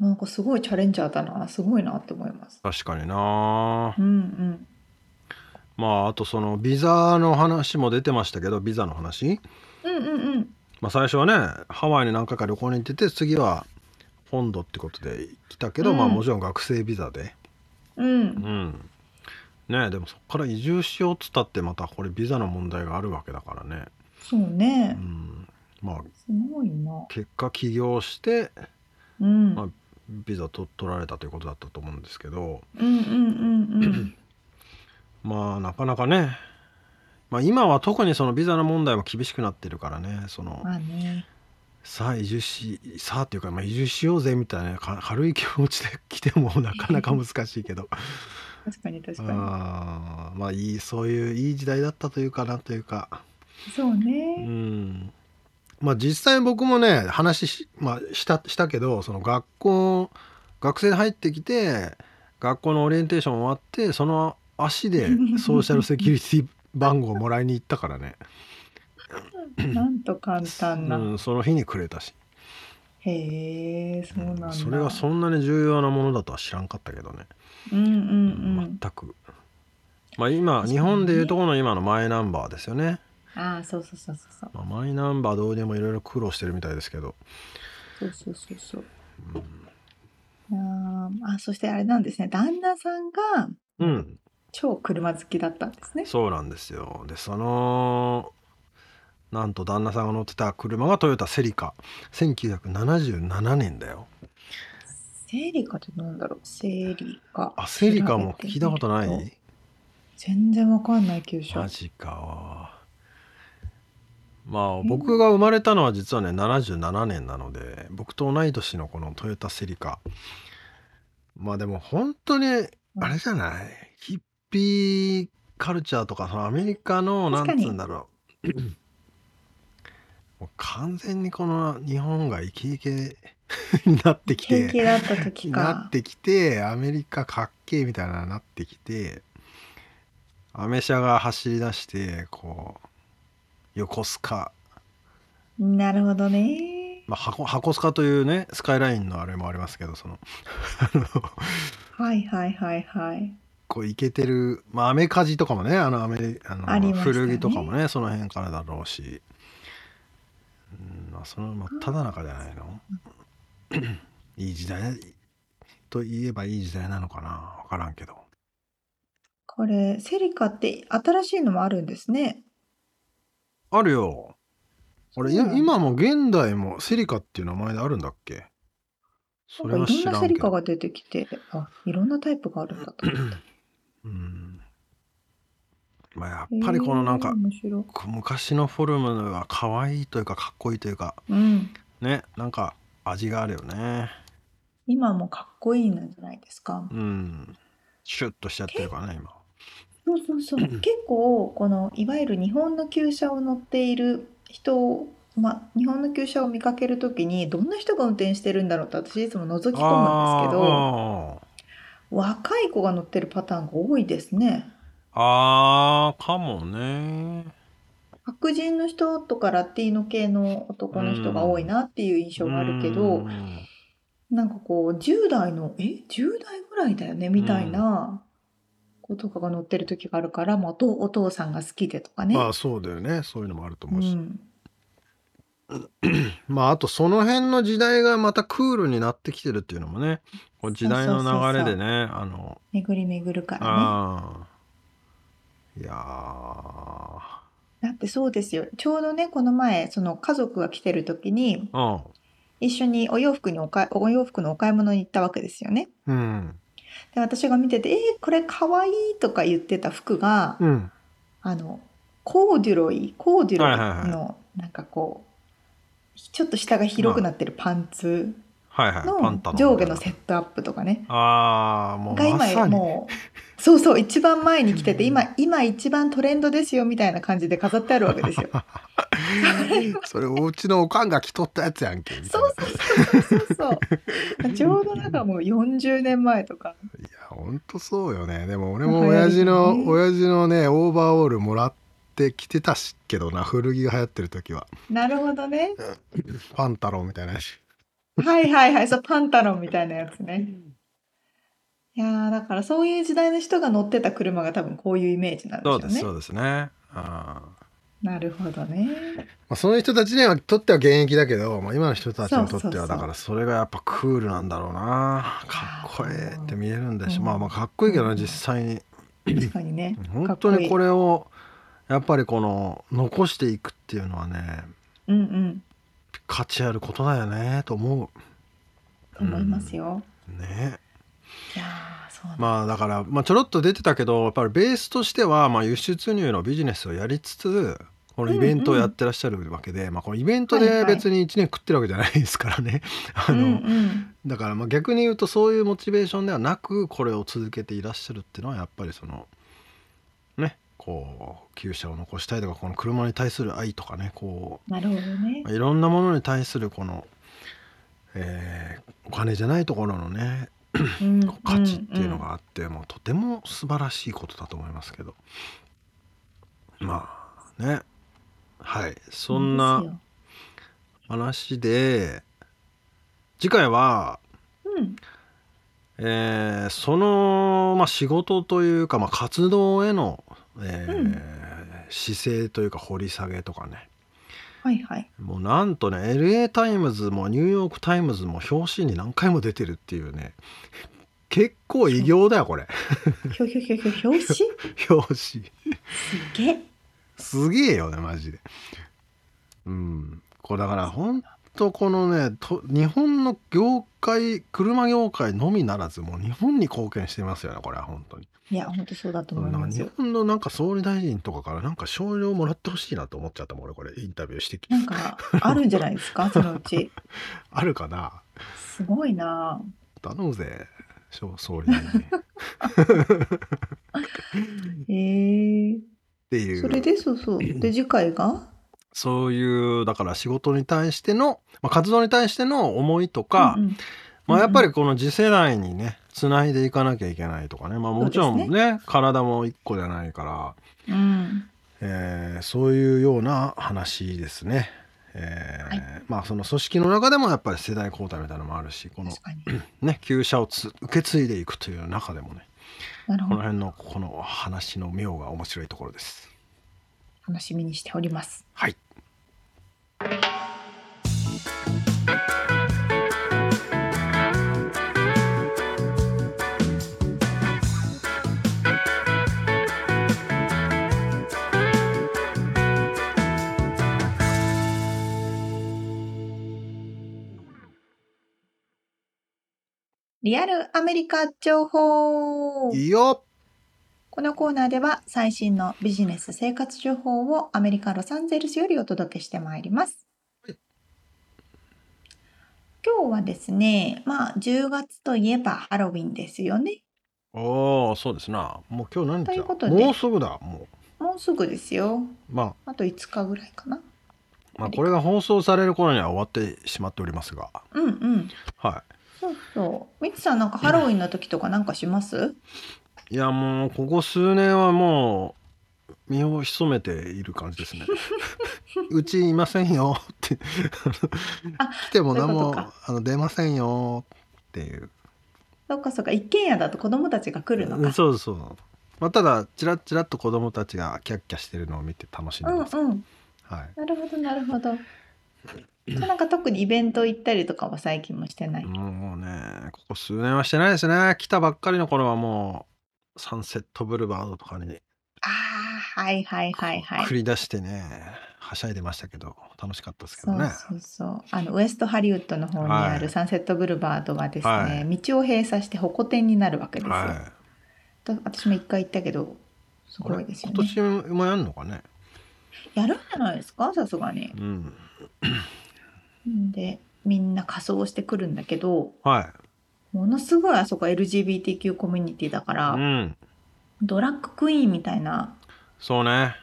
A: なんかすごいチャレンジャーだな、すごいなって思います。
C: あ確かにな
A: うんうん。
C: まああとそのビザの話も出てましたけどビザの話、
A: うんうんうん。
C: まあ、最初はねハワイに何回か旅行に行ってて次は本土ってことで来たけど、
A: うん
C: まあもちろん学生ビザで
A: うん、
C: うんねえでもそこから移住しようっつったってまたこれビザの問題があるわけだからね、
A: そう
C: う
A: ね、
C: ん、まあ
A: すごいな。
C: 結果起業して
A: うん、う
C: まあ
A: ん、
C: ビザと取られたということだったと思うんですけど
A: うん、うん、
C: (clears throat)
A: うん。
C: まあなかなかね、まあ、今は特にそのビザの問題も厳しくなってるからねその
A: まあね、
C: さあ移住しさあっていうか、まあ、移住しようぜみたいなか軽い気持ちで来てもなかなか難しいけど
A: 確かに、確か
C: あーまあいいそういういい時代だったというかなというか。
A: に。そう
C: う
A: ね。
C: んまあ実際僕もね話し,、まあ、したしたけどその学校学生で入ってきて学校のオリエンテーション終わってその
A: (laughs)
C: 足でソーシャルセキュリティ番号をもらいに行ったからね、
A: なんと簡単
C: う
A: な。
C: ん、その日にくれたし、
A: へえ、そううなん
C: ん
A: だ。
C: それがそんなに重要なものだとは知らんかったけどね、
A: うん、うん、うん。
C: 全く。まあ今日本でいうところの今のマイナンバーですよね、
A: ああ、そうそうそうそうそう。
C: まあ、マイナンバー導入もいろいろ苦労してるみたいですけど
A: そうそうそうそう。あーあ、そしてあれなんですね。旦那さんが
C: うん
A: 超車好きだったんですね。
C: そうなんですよでそのなんと旦那さんが乗ってた車がトヨタセリカ1977年だよ
A: セリカってなんだろう。セリカ。
C: あセリカも聞いたことな
A: 調べてみる
C: い
A: 全然わかんない九州。
C: マジかまあ僕が生まれたのは実はね77年なので僕と同い年のこのトヨタセリカまあでも本当にあれじゃないヒッピーカルチャーとかそのアメリカのな
A: 確か
C: ん
A: に
C: つうんだろうもう完全にこの日本がイケイケになってき
A: 景
C: て
A: 気だった時
E: な
A: か
E: っ。てきてアメリカかっけえみたいななってきて
C: アメ車が走り出してこう横須賀
A: なるほどね。
C: まあ、箱箱スカというねスカイラインのあれもありますけどそのあの
A: はいはいはいはい。
C: こうイケてるまあアメカジとかもねあのアメあの
A: ありましたね
C: 古着とかもねその辺からだろうし、うんまあ、その真っ只中じゃないの (clears throat) いい時代と言えばいい時代なのかな分からんけど
A: これ、セリカって新しいのもあるんですね。
C: あるよあれい
A: そうなの
C: 今も現代もセリカっていう名前であるんだっけそれ
A: なん
C: は
A: かいろ
C: 知
A: んな
C: ら
A: セ
C: ん
A: リ
C: け
A: カ
C: ど、
A: が出てきて、あ、いろんなタイプがあるんだ
C: (clears throat)
A: と思った。
C: うん、まあやっぱりこのなんか
A: えー面白い。
C: こう昔のフォルムが可愛いというかかっこいいというか
A: うん。
C: ねなんか味があるよね
A: 今もかっこいいなんじゃないですか。
C: うんシュッとしちゃってるからね今
A: そうそうそう。
C: (clears throat)
A: 結構、この、いわゆる日本の旧車を乗っている人を、まあ、日本の旧車を見かけるときに、どんな人が運転してるんだろうって私いつも覗き込むんですけど、
G: あー
A: 若い子が乗ってるパターンが多いですね。
G: あーかもね
A: 白人の人とかラティーノ系の男の人が多いなっていう印象があるけど、
G: うん
A: なんかこう10代のえ10代ぐらいだよねみたいな子とかが乗ってる時があるから、まあ、お父お父さんが好きでとかね。
C: まあそうだよねそういうのもあると
A: う
C: 思うし、
A: ん、
C: まああとその辺の時代がまたクールになってきてるっていうのも
G: もうねこう時代の流れでねあの
A: 巡り巡るからね。
G: あーいやー
A: だってそうですよちょうどねこの前その家族が来てる時に一緒にお洋服におかお洋服のお買い物に行ったわけですよね。
G: うん
A: で私が見てて「えーこれかわいい」とか言ってた服が、
G: うん
A: あのコーデュロイコーデュロイ
G: はいはい
A: のなんかこうちょっと下が広くなってるパンツ。
G: はいはいパンタ
A: の
G: ロン
A: 上下のセットアップとかね。
G: ああもう
A: が
G: まさ
A: 今
G: に
A: もう、そうそう、一番前に来てて、今、今一番トレンドですよみたいな感じで飾ってあるわけです
G: (laughs)
A: よ。
C: それお家のおかんが着とったやつやんけみた
A: そ
C: いな
A: うそうそうそうそう。ちょうどなんかもう40年前とか。
C: いやほんとそうよねでも俺も親父の、
A: 流行りだね
C: 親父のねオーバーオールもらって着てたしけどな古着が流行ってる時は
A: なるほどね。
C: パンタロンみたいなやつ
A: はいはいはい、そう、パンタロンみたいなやつね。いやーだからそういう時代の人が乗ってた車が多分こういうイメージなんで
G: そうで
A: すよ
G: す
A: ね。
G: そうですねあ
A: なるほどね。
C: まあ、その人たちにはとっては現役だけど、まあ、今の人たちにとって
A: そうそうそう
C: はだからそれがやっぱクールなんだろうなかっこええって見えるんだし、
A: うん
C: まあまあかっこいいけど
A: う
C: ね
A: ん
C: 実際に
A: 確かにね。
C: 本当にこ
A: れ。
C: れをやっぱりこの残していくっていうのはね
A: うんうん。
C: 価値あることだよねと思う。
A: 思いますよ。
C: うんね、
A: いやーそうなんだ
C: まあだから、まあ、ちょろっと出てたけどやっぱりベースとしては、まあ、輸出入のビジネスをやりつつこのイベントをやってらっしゃるわけで、まあ、このイベント
A: はいは
C: で
A: い
C: 別に1年食ってるわけじゃないですから
A: (laughs)
C: ね。あ
A: うん
C: の
A: うん。
C: だからまあ逆に言うとそういうモチベーションではなくこれを続けていらっしゃるっていうのはやっぱりそのねこう旧車を残したいとかこの車に対する愛とかねこ
A: なるほどね
C: う。いろんなものに対するこの、えーお金じゃないところのね価値っていうのがあって、もうとても素晴らしいことだと思いますけどまあねはいそんな
A: うです
C: 話で次回は
A: ようん
C: えーその、まあ、仕事というか、まあ、活動への、えー
A: うん
C: 姿勢というか掘り下げとかね
A: はいはい
C: もうなんとね LA タイムズもニューヨークタイムズも表紙に何回も出てるっていうね結構偉業だよこれ
A: ひょひょひょひょ表紙す
C: (laughs) 表紙
A: げえ
C: すげえよねマジでうんこれだからほんとこのねと日本の業界車業界のみならずもう日本に貢献してますよねこれは本当に。
A: いや本当そうだと思い
C: なんか
A: ます
C: 日
A: よ
C: 本のなんか総理大臣とかからなんか賞状もらってほしいなと思っちゃったもん俺これインタビューしてきて
A: なんかあるんじゃないですかそのうち
C: あるかな
A: すごいな
C: 頼むぜ賞総理大臣っ
A: えー、
C: ていう
A: それでそうそうで次回が
C: そういうだから仕事に対しての、まあ、活動に対しての思いとか、
A: うんうん
C: まあ、やっぱりこの次世代にねつないでいかなきゃいけないとかね、まあ、もちろん
A: そ
C: ね
A: う
C: 体も一個じゃないから、
A: うん
C: えーそういうような話ですね。えー
A: は
C: まあその組織の中でもやっぱり世代交代みたいなのもあるしこの
A: 確かに
C: ね、旧車をつ受け継いでいくという中でもね
A: なる
C: こ
A: ほど
C: の辺のこの話の妙が面白いところです。
A: 楽しみにしております
C: はい、
A: リアルアメリカ情報
C: いいよ
A: このコーナーでは最新のビジネス生活情報をアメリカ・ロサンゼルスよりお届けしてまいります。今日はですね、まあ10月といえばハロウィンですよね。
C: おおそうですなもう今日何日
A: ということ
C: だ
A: で
C: もうすぐだも
A: もうすぐですよ。
C: うま
A: あと5日ぐらいかな。
C: あまあこれが放送される頃には終わってしまっておりますが
A: うんうん。
C: は
A: そうそう。ミツさんなんかハロウィンの時とかなんかします？
C: いいやもうここ数年はもう身を潜めている感じです
A: (laughs)
C: ねうちいませんよって
A: あ
C: 来ても何
A: そういうこ
C: も
A: とか
C: あの出ませんよっていう
A: そっかそっか。一軒家だと子供たちが来るの
C: うん
A: か。
C: そうそう、まあ、ただチラッチラッと子供たちがキャッキャしてるのを見て楽しんで
A: うん
C: ます、
A: うん。
C: はい
A: なるほどなるほど。じゃあなんか特にイベント行ったりとかは最近もしてない。
C: もうねここ数年はしてないですね来たばっかりの頃はもうサンセットブルバードとかに
A: ああはいはいはいはい。
C: 繰り出してねはしゃいでましたけど楽しかったですけ
A: そ
C: ど
A: う
C: ね
A: そうそうあのウエストハリウッドの方にあ
C: はい
A: るサンセットブルバードはですね、
C: は
A: 道を閉鎖して歩行天になるわけですよ、
C: はい
A: と私も一回行ったけどす
C: こ
A: ご
C: れ
A: いですよ
C: 今
A: ね
C: 年もやんのかね
A: やるんじゃないですかさすがに
C: うん
A: でみんな仮装してくるんだけど
C: はい
A: ものすごいあそこ LGBTQ コミュニティだから、
C: うん
A: ドラッグクイーンみたいな
C: そうね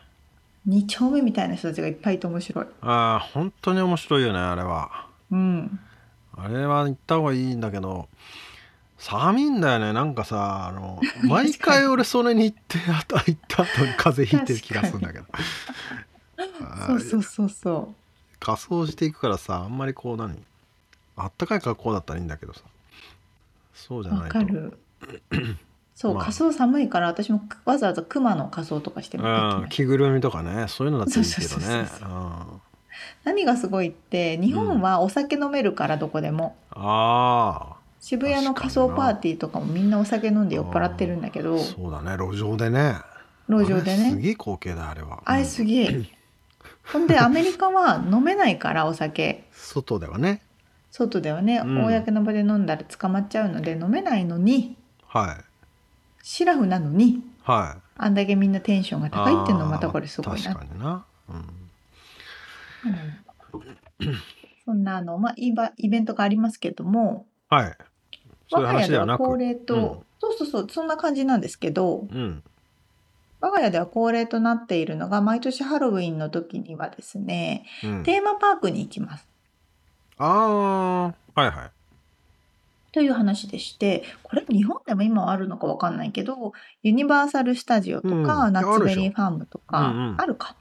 A: 2丁目みたいな人たちがいっぱいいて面白い
C: ああ本当に面白いよねあれは
A: うん
C: あれは行った方がいいんだけど寒いんだよねなんかさあ
A: (laughs)
C: の毎回俺それに行ってあと行った後に風邪ひいてる気がするんだけどあ
A: そう
C: ー
A: そうそうそ
C: 仮装していくからさあんまりこう何あったかい格好だったらいいんだけどさそうじ
A: う
C: ゃな
A: わ
C: いと
A: かる
C: (clears throat)
A: そう、
C: まあ
A: 仮装寒いから私もわざわざ熊の仮装とかしてもらっ
C: うん、着ぐるみとかねそういうのだっていいけど
A: そうそう
C: ね
A: そうそ
C: うんあ
A: 何がすごいって日本はお酒飲めるからどこでも、
C: あ
A: 渋谷の仮装パーティーとかもみんなお酒飲んで酔っ払ってるんだけど
C: そうだね路上でね
A: 路上で
C: あれす
A: ね
C: げえ光景だあれは
A: あれ
C: うん
A: すげ
C: (laughs)
A: えほんでアメリカは飲めないからお酒
C: 外ではね
A: 外ではね、
C: うん
A: 公の場で飲んだら捕まっちゃうので飲めないのに
C: はい
A: シラフなのに
C: はい
A: あんだけみんなテンションが高いっていうのもまたこれすごいな
C: あー確かにな、うん、
A: うんそんなあの、まあ、イバイベントがありますけども
C: はいそういう
A: 我が家
C: 話
A: で
C: では
A: は
C: なく
A: 恒例と、
C: うん
A: そうそうそうそんな感じなんですけど
C: うん
A: 我が家では恒例となっているのが毎年ハロウィンの時にはですね
C: うん、
A: テーマパークに行きます
C: ああはいはい
A: という話でしてこれ日本でも今はあるのかわかんないけどユニバーサル・スタジオとか、
C: うん
A: ナッツベリーファームとか
C: うんうん
A: あるか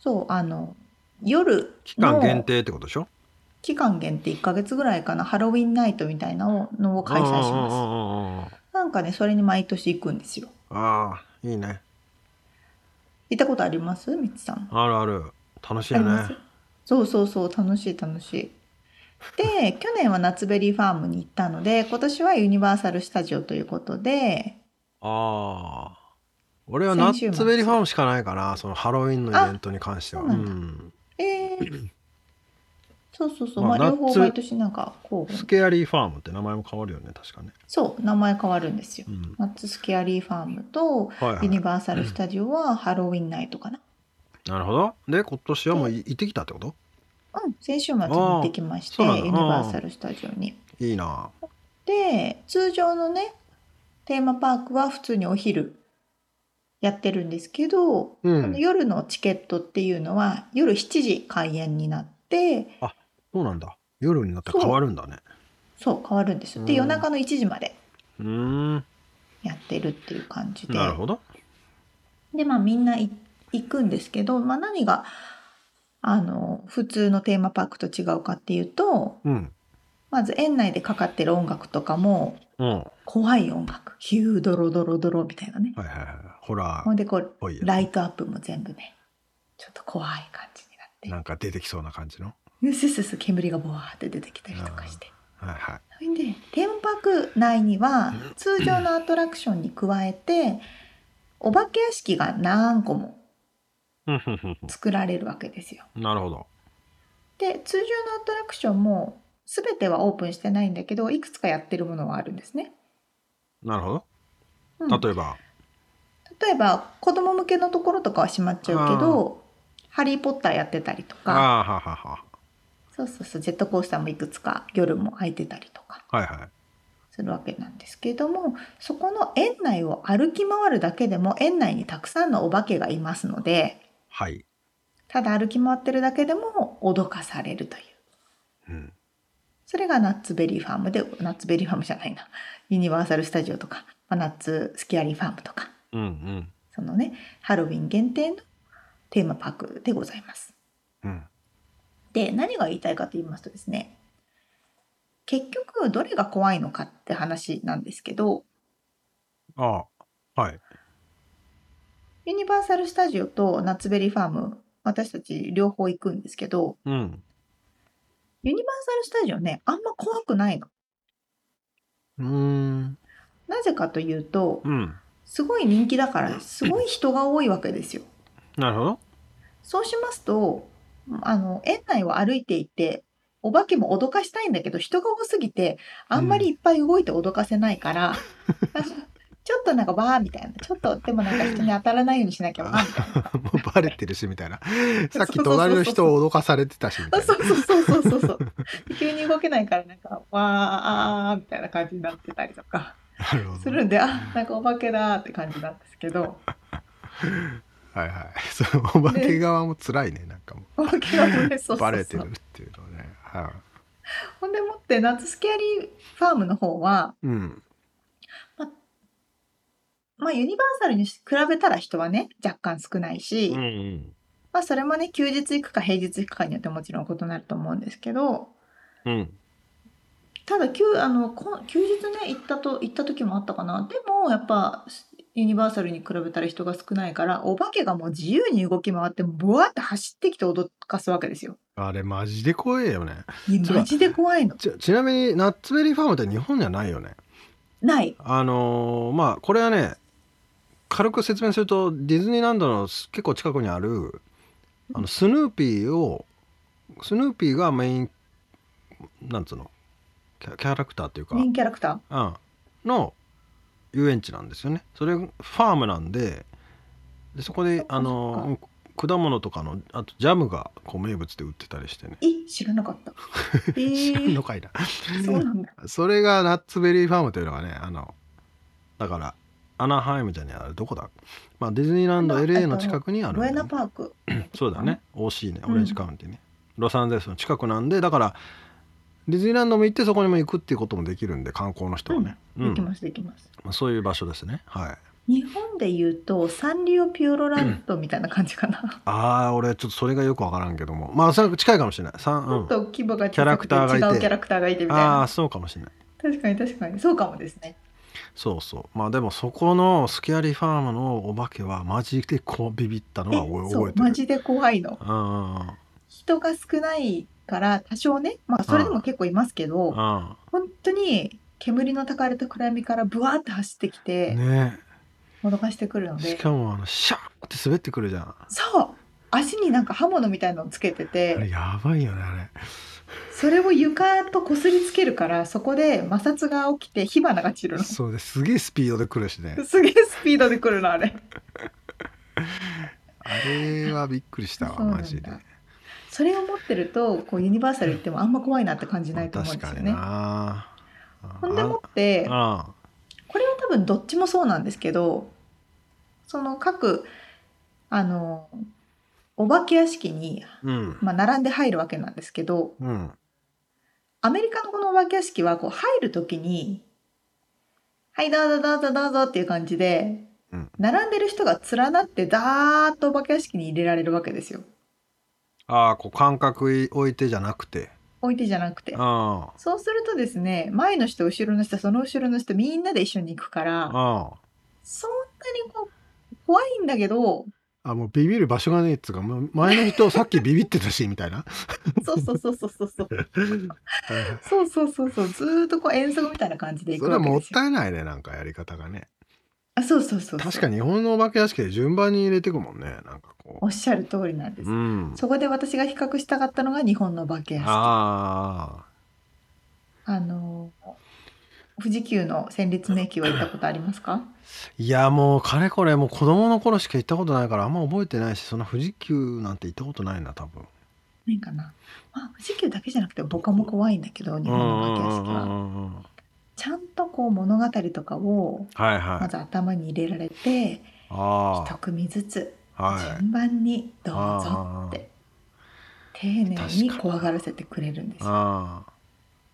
A: そうあの夜
C: 期間限
A: の
C: 定ってことでしょ
A: 期間限定1ヶ月ぐらいかなハロウィンナイトみたいなのを開催します
C: ます
A: なんかねそれに毎年行くんですよ
C: ああいいね
A: 行ったことありますみつさん
C: あるある楽しい
A: あ
C: よ
A: りま
C: ね
A: すそうそうそう楽しい楽しい
C: (laughs)
A: で去年はナッツベリーファームに行ったので今年はユニバーサル・スタジオということで
C: ああ俺はナッツベリーファームしかないかなそのハロウィンのイベントに関しては
A: あそううなんだ
C: ん
A: えーそうそうそう、
C: ま
A: ま
C: あ
A: あ、両方
C: ナッツ
A: 毎年なんかこう
C: スケアリーファームって名前も変わるよね確かね、
A: そう名前変わるんですよ
C: うん、
A: ナッツスケアリーファームと
C: はいは
A: ユニ
C: い
A: バーサル・スタジオはハロウィンナイトかな
C: なるほどで今年はもうい行ってきたってこと
A: うん先週末に行ってきまし
C: あ
A: て
C: ーそうなん
A: ユ
C: だ
A: ニバーサル・スタジオに
C: いいな
A: で通常のねテーマパークは普通にお昼やってるんですけど、
C: う
A: あの
C: ん
A: 夜のチケットっていうのは夜7時開演になって
C: そうなんだ夜になって変わるんだね
A: そう変わるんですよで
C: うん
A: 夜中の1時まで
C: うーん
A: やってるっていう感じで
C: なるほど
A: でまあみんない行くんですけど、まあ、何があの普通のテーマパークと違うかっていうと
C: うん
A: まず園内でかかってる音楽とかも
C: うんはい
A: 怖い音楽ヒュードロドロドロみたいなね
C: はいはいホラ
A: ほ
C: ーっ
A: んでこう
C: ぽいやつ
A: ライトアップも全部ねちょっと怖い感じにな
C: な
A: っ
C: んか出てきそうな感じの
A: てススス煙がボワーって出てきたりとかして
C: はいはい
A: それでテーマパーク内には通常のアトラクションに加えてお化け屋敷が何個も
C: ふんふんふんふ
A: 作られるわけですよ。
C: んなるほど
A: で通常のアトラクションも全てはオープンしてないんだけどいくつかやってるものはあるんですね。
C: なるほ
A: うん
C: ど例えば
A: 例えば子供向けのところとかは閉まっちゃうけど「ハリー・ポッター」やってたりと
C: あ
A: か
C: あははは
A: そうそうそうジェットコースターもいくつか夜も空いてたりとか
C: はいはい
A: するわけなんですけれどもそこの園内を歩き回るだけでも園内にたくさんのお化けがいますので
C: はい、
A: ただ歩き回ってるだけでも脅かされるという
C: うん、
A: それがナッツベリーファームでナッツベリーファームじゃないなユニバーサル・スタジオとか、まあナッツスキアリーファームとか
C: うんうん
A: そのねハロウィン限定のテーマパークでございます。
C: うん
A: で何が言いたいかと言いますとですね結局どれが怖いのかって話なんですけど
C: ああはい
A: ユニバーサル・スタジオとナッツベリーファーム私たち両方行くんですけど
C: うん
A: ユニバーサル・スタジオねあんま怖くないの。
C: うーん
A: なぜかというと
C: うん
A: すごい人気だからすごい人が多いわけですよ。
C: なる (laughs) ほど
A: そうしますとあの園内を歩いていてお化けも脅かしたいんだけど人が多すぎてあんまりいっぱい動いて脅かせないから、ちょっとなんかバーみたいなちょっとでもなんか人に当たらないようにしなきゃなみたいな
C: もうバレてるしみ (laughs) たいなさっき
A: そうそうそう
C: 隣の人を脅かされてたしみたい
A: そ
C: な
A: うそうそうそうそう
C: (laughs)
A: そうで急に動けないからなんかわーあーみたいな感じになってたりとか
C: なるほ
A: す
C: ど
A: るんであなんかお化けだーって感じなんですけど
C: はいはい (laughs) そのお化け側も辛いねなんかも
A: お化けがねそうそうそう
C: うバレてるっていうのねは
A: ほんでもって夏スケアリーファームの方はい
C: うん
A: まあユニバーサルに比べたら人はね若干少ないし、
C: うんうん
A: まあそれもね休日行くか平日行くかによってもちろん異なると思うんですけど
C: うん
A: ただ休あのこ休日ね行ったと行った時もあったかなでもやっぱユニバーサルに比べたら人が少ないからお化けがもう自由に動き回ってブワーって走ってきて脅かすわけですよ。
C: あれマジで怖えよね
A: いや
C: そう
A: マジで怖いの。
C: ちちなみにナッツベリーファームって日本じゃないよね
A: ない。
C: あのーまあこれはね軽く説明するとディズニーランドのす結構近くにあるあのスヌーピーをスヌーピーがメインなんつうのキャキャラクターっていうか、
A: メインキャラクタ
C: うん、の遊園地なんですよねそれファームなんででそこであのー果物とかのあとジャムがこう名物で売ってたりしてね
A: ーえ知らなか
C: (laughs)
A: った。え
C: 知 (laughs) らんの
A: ー、
C: かいな
A: そうなんだ。
C: それがナッツベリーファームというのがねあのだからアナハイムじゃねえあれどこだ、まあ、ディズニーランド
A: あの
C: LA の近くにあるん
A: ロ
C: だよ
A: エ
C: ね
A: ナパーク。
C: そうだね OC ね
A: うん
C: オレンジカウンティね、ロサンゼルスの近くなんでだからディズニーランドも行ってそこにも行くっていうこともできるんで観光の人はね、うん
A: できますできます。
C: まあそういう場所ですねはい
A: 日本で言うとサンリオピューロランドみたいな感じかな。
C: ああ俺ちょっとそれがよくわからんけどもまあそれ近いかもしれないさん、
A: ちょっ
C: うん、
A: と規模が小
C: キャラ
A: さ
C: ク
A: くて
C: ターがいて
A: 違うキャラクターがいてみたい
C: ああ
A: な。
C: そうかもしれない
A: 確かに確かにそうかもですね。
C: そうそうまあでもそこのスキャリーファームのお化けはマジでこうビビったのは覚
A: そ
C: え覚え
A: う
C: てる
A: マジで怖いの。
C: うんうんうん
A: 人が少ないから多少ねまあそれでも結構いますけど
C: あ
A: 本当に煙のたかれた暗闇からブワーって走ってき
C: あ
A: て
C: ね
A: 脅かしてくるの
C: し
A: で、
C: かもあのシャーって滑ってくるじゃん
A: そう足になんか刃物みたいのをつけて
C: あれ
A: て
C: やばいよねあれ
A: それを床とこすりつけるからそこで摩擦が起きて火花が散る
C: (laughs)
A: の。
C: そうですげえスピードで来るしね
A: すげえスピードで来るのあれ。
C: あれはびっくりしたわ
A: そうなんだ
C: マジで
A: それを持ってるとこうユニバーサル行ってもあんま怖いなって感じないと思うん
C: 確
A: です
C: か
A: よ
C: に
A: ね。
C: な
A: ほんでも
C: あ
A: って
C: あ
A: これは多分どっちもそうなんですけどその各あのお化け屋敷に、
C: うん
A: まあ、並んで入るわけなんですけど
C: うん
A: アメリカのこのお化け屋敷はこう入る時に「はいどうぞどうぞどうぞ」っていう感じで、
C: うん
A: 並んでる人が連なってダーッとお化け屋敷に入れられるわけですよ
C: ああこう感覚置いてじゃなくて
A: 置いてじゃなくて。
C: あ
A: そうするとですね前の人後ろの人その後ろの人みんなで一緒に行くか
C: あ
A: ら
C: あ
A: そんなにこう怖いんだけど
C: ああもうビビる場所がねえっつうかもう前の人さっきビビってたしみたい (laughs) な
A: そうそうそうそうそうそうそうそうそうそうずーっとこう遠足みたいな感じで行
C: そ
A: く
C: れは
A: わけ
C: も
A: で
C: っ
A: すよ。
C: たいないねなんかやり方がね
A: あそうそうそうそう
C: 確かに日本のお化け屋敷で順番に入れてくもんねなんかこ
A: おっしゃる通りなんで
C: う
A: す。
C: うん
A: そこで私が比較したかったのが日本の化け屋敷。あ
C: あ
A: のー富士急の戦列迷宮は行ったことありますか？
C: あいやもうかれこれもう子供の頃しか行ったことないからあんま覚えてないしそんな富士急なんて行ったことないな多分
A: ないかな。まあ富士急だけじゃなくて僕も怖いんだけど日本の化け屋敷は。
C: うんうんうんうん
A: ちゃんとこう物語とかを
C: はい
A: ま
C: はい
A: ず頭に入れられて、
C: あ
A: 一組ずつ
C: あはい
A: 順番にどうぞっ
C: あー
A: て丁寧
C: 確かに
A: に怖がらせてくれるんですよ
C: あ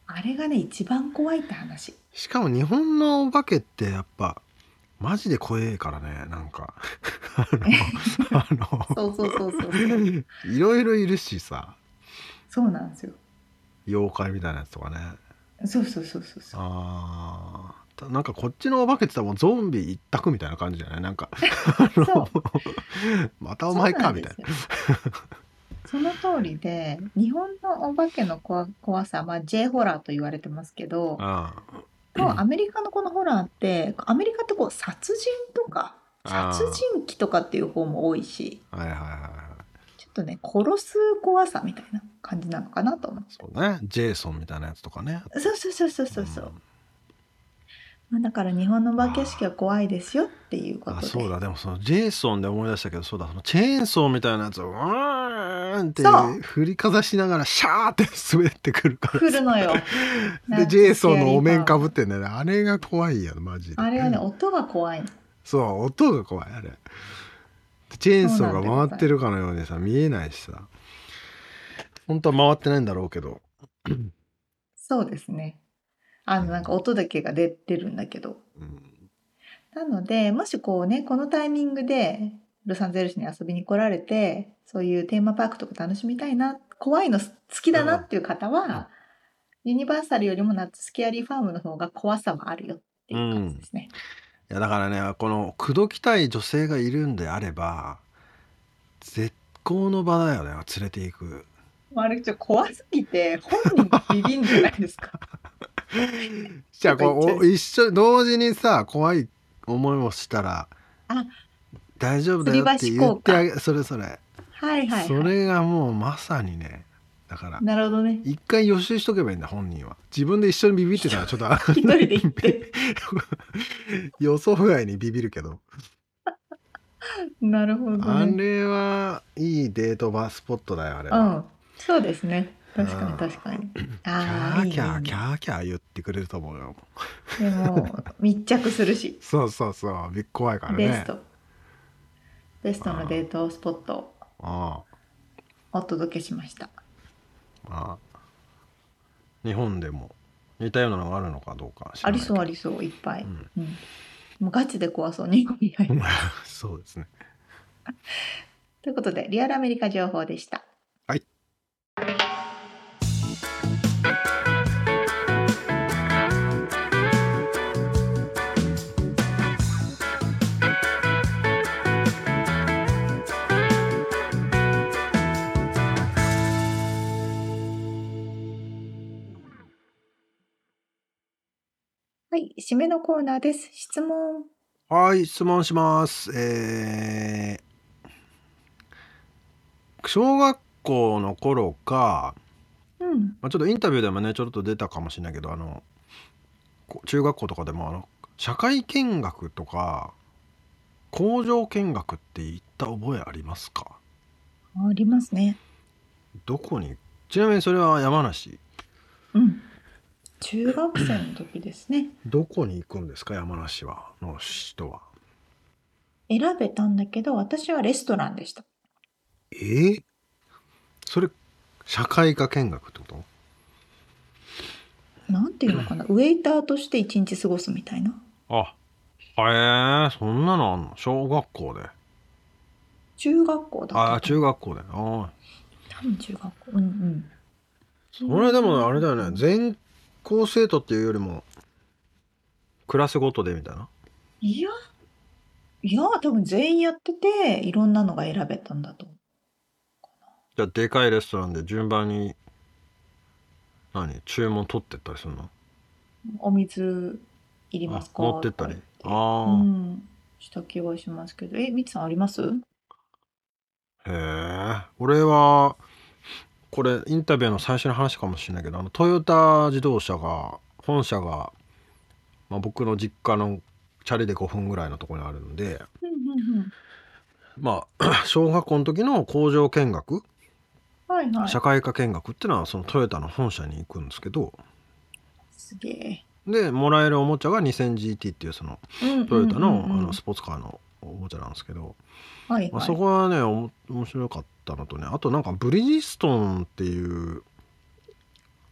C: あ
A: あれがね一番怖いって話
E: しかも日本のお化けってやっぱマジで怖えからねなんか (laughs) あの
A: そうそうそうそうそう
E: いろいろいるしさ
A: (laughs) そうなんですよ
E: 妖怪みたいなやつとかね
A: そうそうそうそうそう
E: あーたなんかこっちのお化けって言ったらもうゾンビ一択みたいな感じじゃないなんかあ (laughs) のまたお前かみたいな
A: そうなんですよその通りで日本のお化けの怖怖さ、まあ、J ホラーと言われてますけど
C: あ
A: でもアメリカのこのホラーってアメリカってこう殺人とか
C: あー
A: 殺人鬼とかっていう方も多いし
C: あはいはいはいはい
A: ちょっとね殺す怖さみたいな感じなのかなと思って
C: そうねジェイソンみたいなやつとかね
A: そうそうそうそうそうそう、まあ、だから日本のお化け屋敷は怖いですよっていうこと
C: あ
A: で
C: そうだでもそのジェイソンで思い出したけどそうだそのチェーンソーみたいなやつをうーんって
A: そう
E: 振りかざしながらシャーって滑ってくるから
A: 来るのよなん
E: で
A: か
E: ジェイソンのお面か
A: ス
E: ぶってんだよねあれが怖いやんマジで
A: キャリーパンあれはね音が怖いの
E: そう音が怖いあれでチェーンソー
A: そうなんでござ
E: が
A: います
E: 回ってるかのようにさ見えないしさ本当は回ってないんだろうけど
A: そうですねあのなんか音だけが出てるんだけど
E: うん
A: なのでもしこうねこのタイミングでロサンゼルスに遊びに来られてそういうテーマパークとか楽しみたいな怖いの好きだなっていう方は、ユニバーサルよりもナッツスキアリーファームの方が怖さはあるよっていう感じですね。
C: いやだからねこの口説きたい女性がいるんであれば絶好の場だよね連れていく
A: まああれちょっと怖すぎて本人ビビんじゃないですか。
E: じゃあ
A: ちょっ
E: こうお一緒同時にさ怖い思いをしたら
A: あ
E: 大丈夫だよって言ってあげそれそれ、
A: はいはい、
E: そ
A: はい。
E: れがもうまさにねだから
A: なるほどね。
E: 一回予習しとけばいいんだ本人は自分で一緒にビビって
A: (laughs)
E: たらちょっとあ
A: 一人で行 (laughs) って。
E: (laughs) 予想外にビビるけど
A: なるほど
E: あ
A: ね。
E: れはいいデートバースポットだよあれ
A: う
E: は、
A: ん。そうですね。確か
E: う
A: に
E: ん
A: 確かに。
E: キ
A: あ
E: ャ
A: あ、
E: ー
A: いい
E: キャーキ
A: ね
E: ャーキャー言ってくれると思うよ
A: いいね。でも密着する
E: (laughs)
A: し、
E: そうそうそうび怖いからね
A: ベスト。ベストのデートスポットを
E: あ
A: お届けしました。
E: あああ
C: 日本でも似たようなのがあるのかどうか知
A: あ
C: らな
A: り
C: いけど
A: そうありそういっぱい。うん
C: (laughs)
A: ん。もうガチで怖そうに。いやいや
E: そうですね
A: ということでリアルアメリカ情報でした。
E: はい。
A: はい、締めのコーナーです。質問。
C: はい質問しますえー小学校の頃か、
A: うん。
C: まあ、ちょっとインタビューでもねちょっと出たかもしれないけどあのこ中学校とかでもあの社会見学とか工場見学って行った覚えありますか
A: ありますね。
C: どこにちなみにそれは山梨
A: うん。中学生の時ですね。
C: どこに行くんですか山梨はの人は
A: 選べたんだけど私はレストランでした
C: えーそれ社会科見学ってこと
A: なんていうのかなウェイターとして一日過ごすみたいな
C: あへえそんなのあんの小学校で
A: 中学校だったと思う
C: ああ中学校でああ
A: 多分中学校うんうん
C: それでもあれだよね全校生徒っていうよりもクラスごとでみたいない
A: やいや多分全員やってていろんなのが選べたんだと思う
C: じゃあでかいレストランで順番に何注文取ってったりするの
A: お水いりますか
C: あ持ってったり
A: と
C: あ
A: か
C: あ、
A: 言ってうんした気はしますけどえみつさんあります
C: へえ俺はこれインタビューの最初の話かもしれないけどあのトヨタ自動車が本社が、まあ、僕の実家のチャリで5分ぐらいのところにあるので
A: うんうんうん
C: まあ (laughs) 小学校の時の工場見学、
A: はいはい
C: 社会科見学っていうのはそのトヨタの本社に行くんですけど
A: すげえ
C: でもらえるおもちゃが 2000GT っていうその
A: うん
C: トヨタの,、
A: うんうんうん
C: あのスポーツカーのおもちゃなんですけど、
A: はい
C: まあ、
A: はい
C: そこはねおも面白かったのとねあとなんかブリヂストンっていう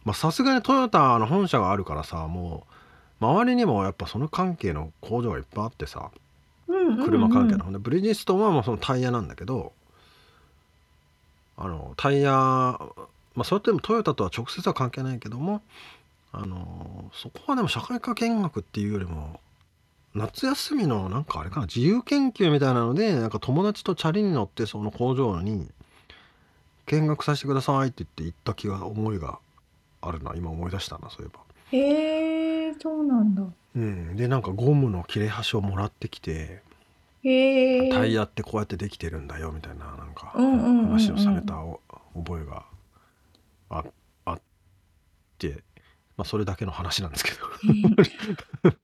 C: まあさすがにトヨタの本社があるからさもう周りにもやっぱその関係の工場がいっぱいあってさ車関係の、ほんでブリヂストンはもうそのタイヤなんだけどあのタイヤ、まあ、それってもトヨタとは直接は関係ないけどもあのそこはでも社会科見学っていうよりも夏休みのなんかあれかな自由研究みたいなのでなんか友達とチャリに乗ってその工場に見学させてくださいって言って行った気が思いがあるな今思い出したなそういえば。
A: へえそうなんだ
C: うん、でなんかゴムの切れ端をもらってきて
A: へえ
C: タイヤってこうやってできてるんだよみたいななんか
A: うんうんうんうん
C: 話をされたお覚えがああって、まあ、それだけの話なんですけ
A: へ
C: ど
A: え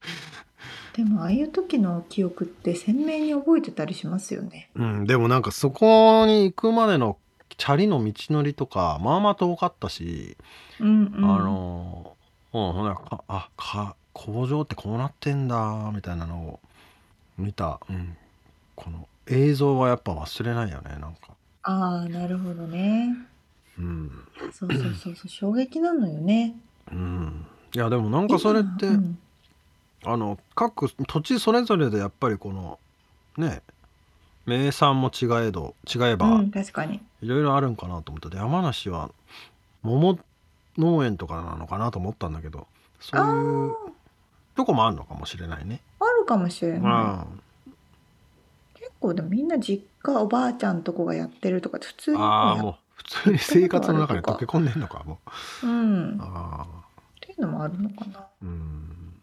A: でもああいう時の記憶って鮮明に覚えてたりしますよね
C: (laughs) うんでもなんかそこに行くまでのチャリの道のりとかまあまあ遠かったし、
A: うんうん
C: あのうんほんならかあか工場ってこうなってんだみたいなのを見た、うん、この映像はやっぱ忘れないよねなんか。
A: ああなるほどね
C: うん
A: そうそうそうそう衝撃なのよね
C: うん、いやでもなんかそれって、
A: 今うん
C: あの各土地それぞれでやっぱりこのね名産も違えど違えば
A: うん、確かに
C: いろいろあるんかなと思って、で山梨は桃農園とかなのかなと思ったんだけどそういうとこもあるのかもしれないね。
A: あるかもしれ
C: う、
A: なんい結構でもみんな実家おばあちゃんとこがやってるとかって普通に
C: ああ
A: や
C: もう普通に生活の中に溶け込んでんのかもう。
A: うんっ
C: あ
A: ていうのもあるのかな
C: ーうん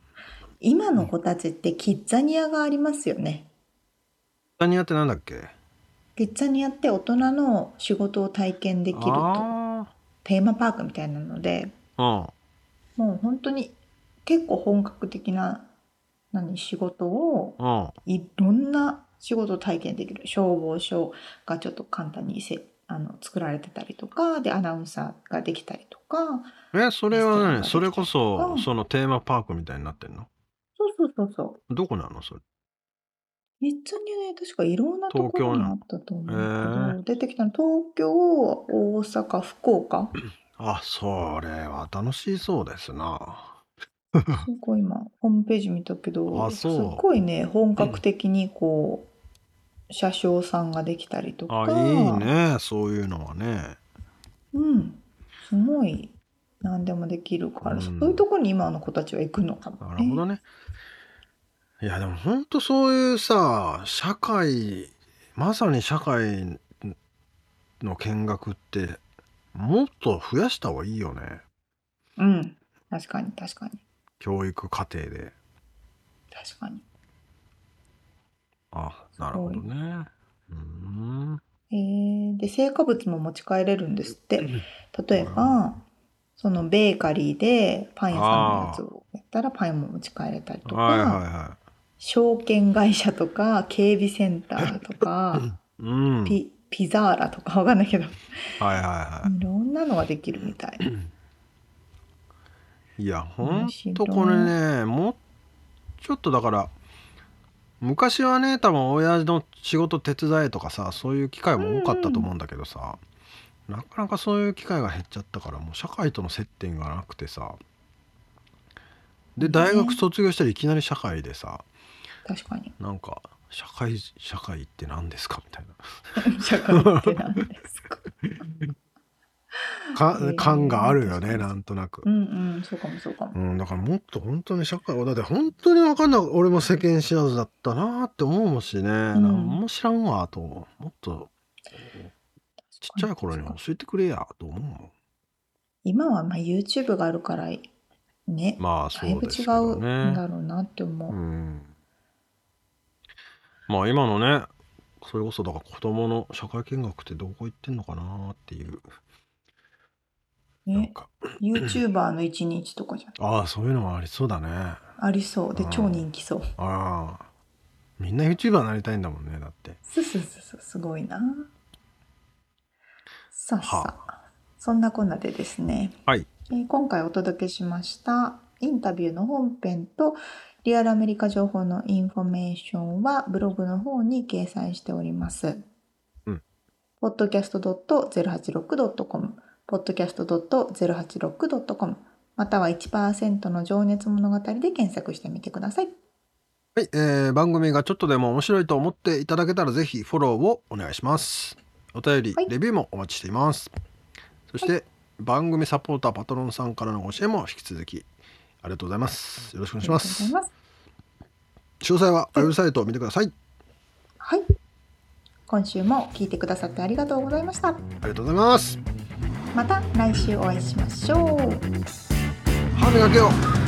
A: 今の子たちってキッザニアがありますよね
C: キッザニアってなんだっけ
A: キッザニアって大人の仕事を体験できると
C: あ
A: テーマパークみたいなので
C: ーうん
A: もう本当に結構本格的な何仕事を
C: うん
A: いろんな仕事を体験できる消防署がちょっと簡単にせあの作られてたりとかでアナウンサーができたりとか
C: えそれは
A: レ
C: ね
A: スト
C: そ
A: ラ
C: れ
A: ンができた
C: こそ、
A: うん
C: そのテーマパークみたいになってんの
A: そうそうそうそう
C: どこなのそれ
A: 一緒にね確かいろんなところにあったと思うけど、
C: 東京なのへ
A: 出てきたの東京大阪福岡
C: あそれは楽しそうですな
A: すごい今ホームページ見たけど
C: あ
A: す
C: そう
A: っごいね本格的にこう車掌さんができたりとか
C: あいいねそういうのはね
A: うん、すごい何でもできるから、
C: うん
A: そういうとこに今の子たちは行くのかも
C: なるほどねいやでもほんとそういうさ社会まさに社会の見学ってもっと増やした方がいいよね
A: うん確かに確かに
C: 教育課程で
A: 確かに
C: あなるほどねうん
A: えーで成果物も持ち帰れるんですって例えばそのベーカリーでパン屋さんのやつをやったらパンも持ち帰れたりとか、
C: はいはいは
A: 証券会社とか警備センターとか
C: い (laughs) うんはい
A: ピピザーラとかわかんないけどい
C: はいはい
A: ろんなのができるみたい。
C: いやほん
A: 面白い
C: とこれねもうちょっとだから昔はね多分親父の仕事手伝えとかさそういう機会も多かったと思うんだけどさ、なかなかそういう機会が減っちゃったからもう社会との接点がなくてさで大学卒業したらいきなり社会でさ
A: 確かに
C: なんか社会社会って何ですかみたいな
A: 社会って何です
C: (laughs)
A: か
C: か
A: えー
C: 感があるよ
A: 確か
C: ね
A: に
C: なんとなく
A: う。んうんそうかもそうかも
C: う。ん、だからもっと本当に社会はだって本当に分かんない俺も世間知らずだったなって思うもんしね、なん、もう知らんわと思うもっとちっちゃい頃に教えてくれやと思うもん
A: 今はまあ YouTube があるからね、
C: まあそ
A: だいうぶ
C: です
A: 違
C: けど
A: う
C: ね
A: んだろうなって思う。
C: うんまあ今のねそれこそだから子供の社会見学ってどこ行ってんのかなっていうなん
A: ね、
C: か
A: YouTuber の一日とかじゃん
C: ああそういうのもありそうだねあ
A: ありそうで
C: うん
A: 超人気そう。
C: あみんな YouTuber になりたいんだもんねだって
A: すすすすすごいな。さあ
C: は
A: さあそんなこんなでですね、
C: はい
A: えー今回お届けしましたインタビューの本編とリアルアメリカ情報のインフォメーションはブログの方に掲載しております。
C: うん、
A: podcast.086.com、podcast.086.com、または1%の情熱物語で検索してみてください。
C: はい、えー番組がちょっとでも面白いと思っていただけたらぜひフォローをお願いしますお便り、
A: はい
C: レビューもお待ちしていますそして、番組サポーターパトロンさんからのご支援も引き続きありがとうございますよろしくお願いしま
A: あり
C: す
A: がとうございます。
C: 詳細はウェブサイトを見てください
A: はい。今週も聞いてくださってありがとうございました。
C: ありがとうございます
A: また来週お会いしましょう。
C: 歯磨けよう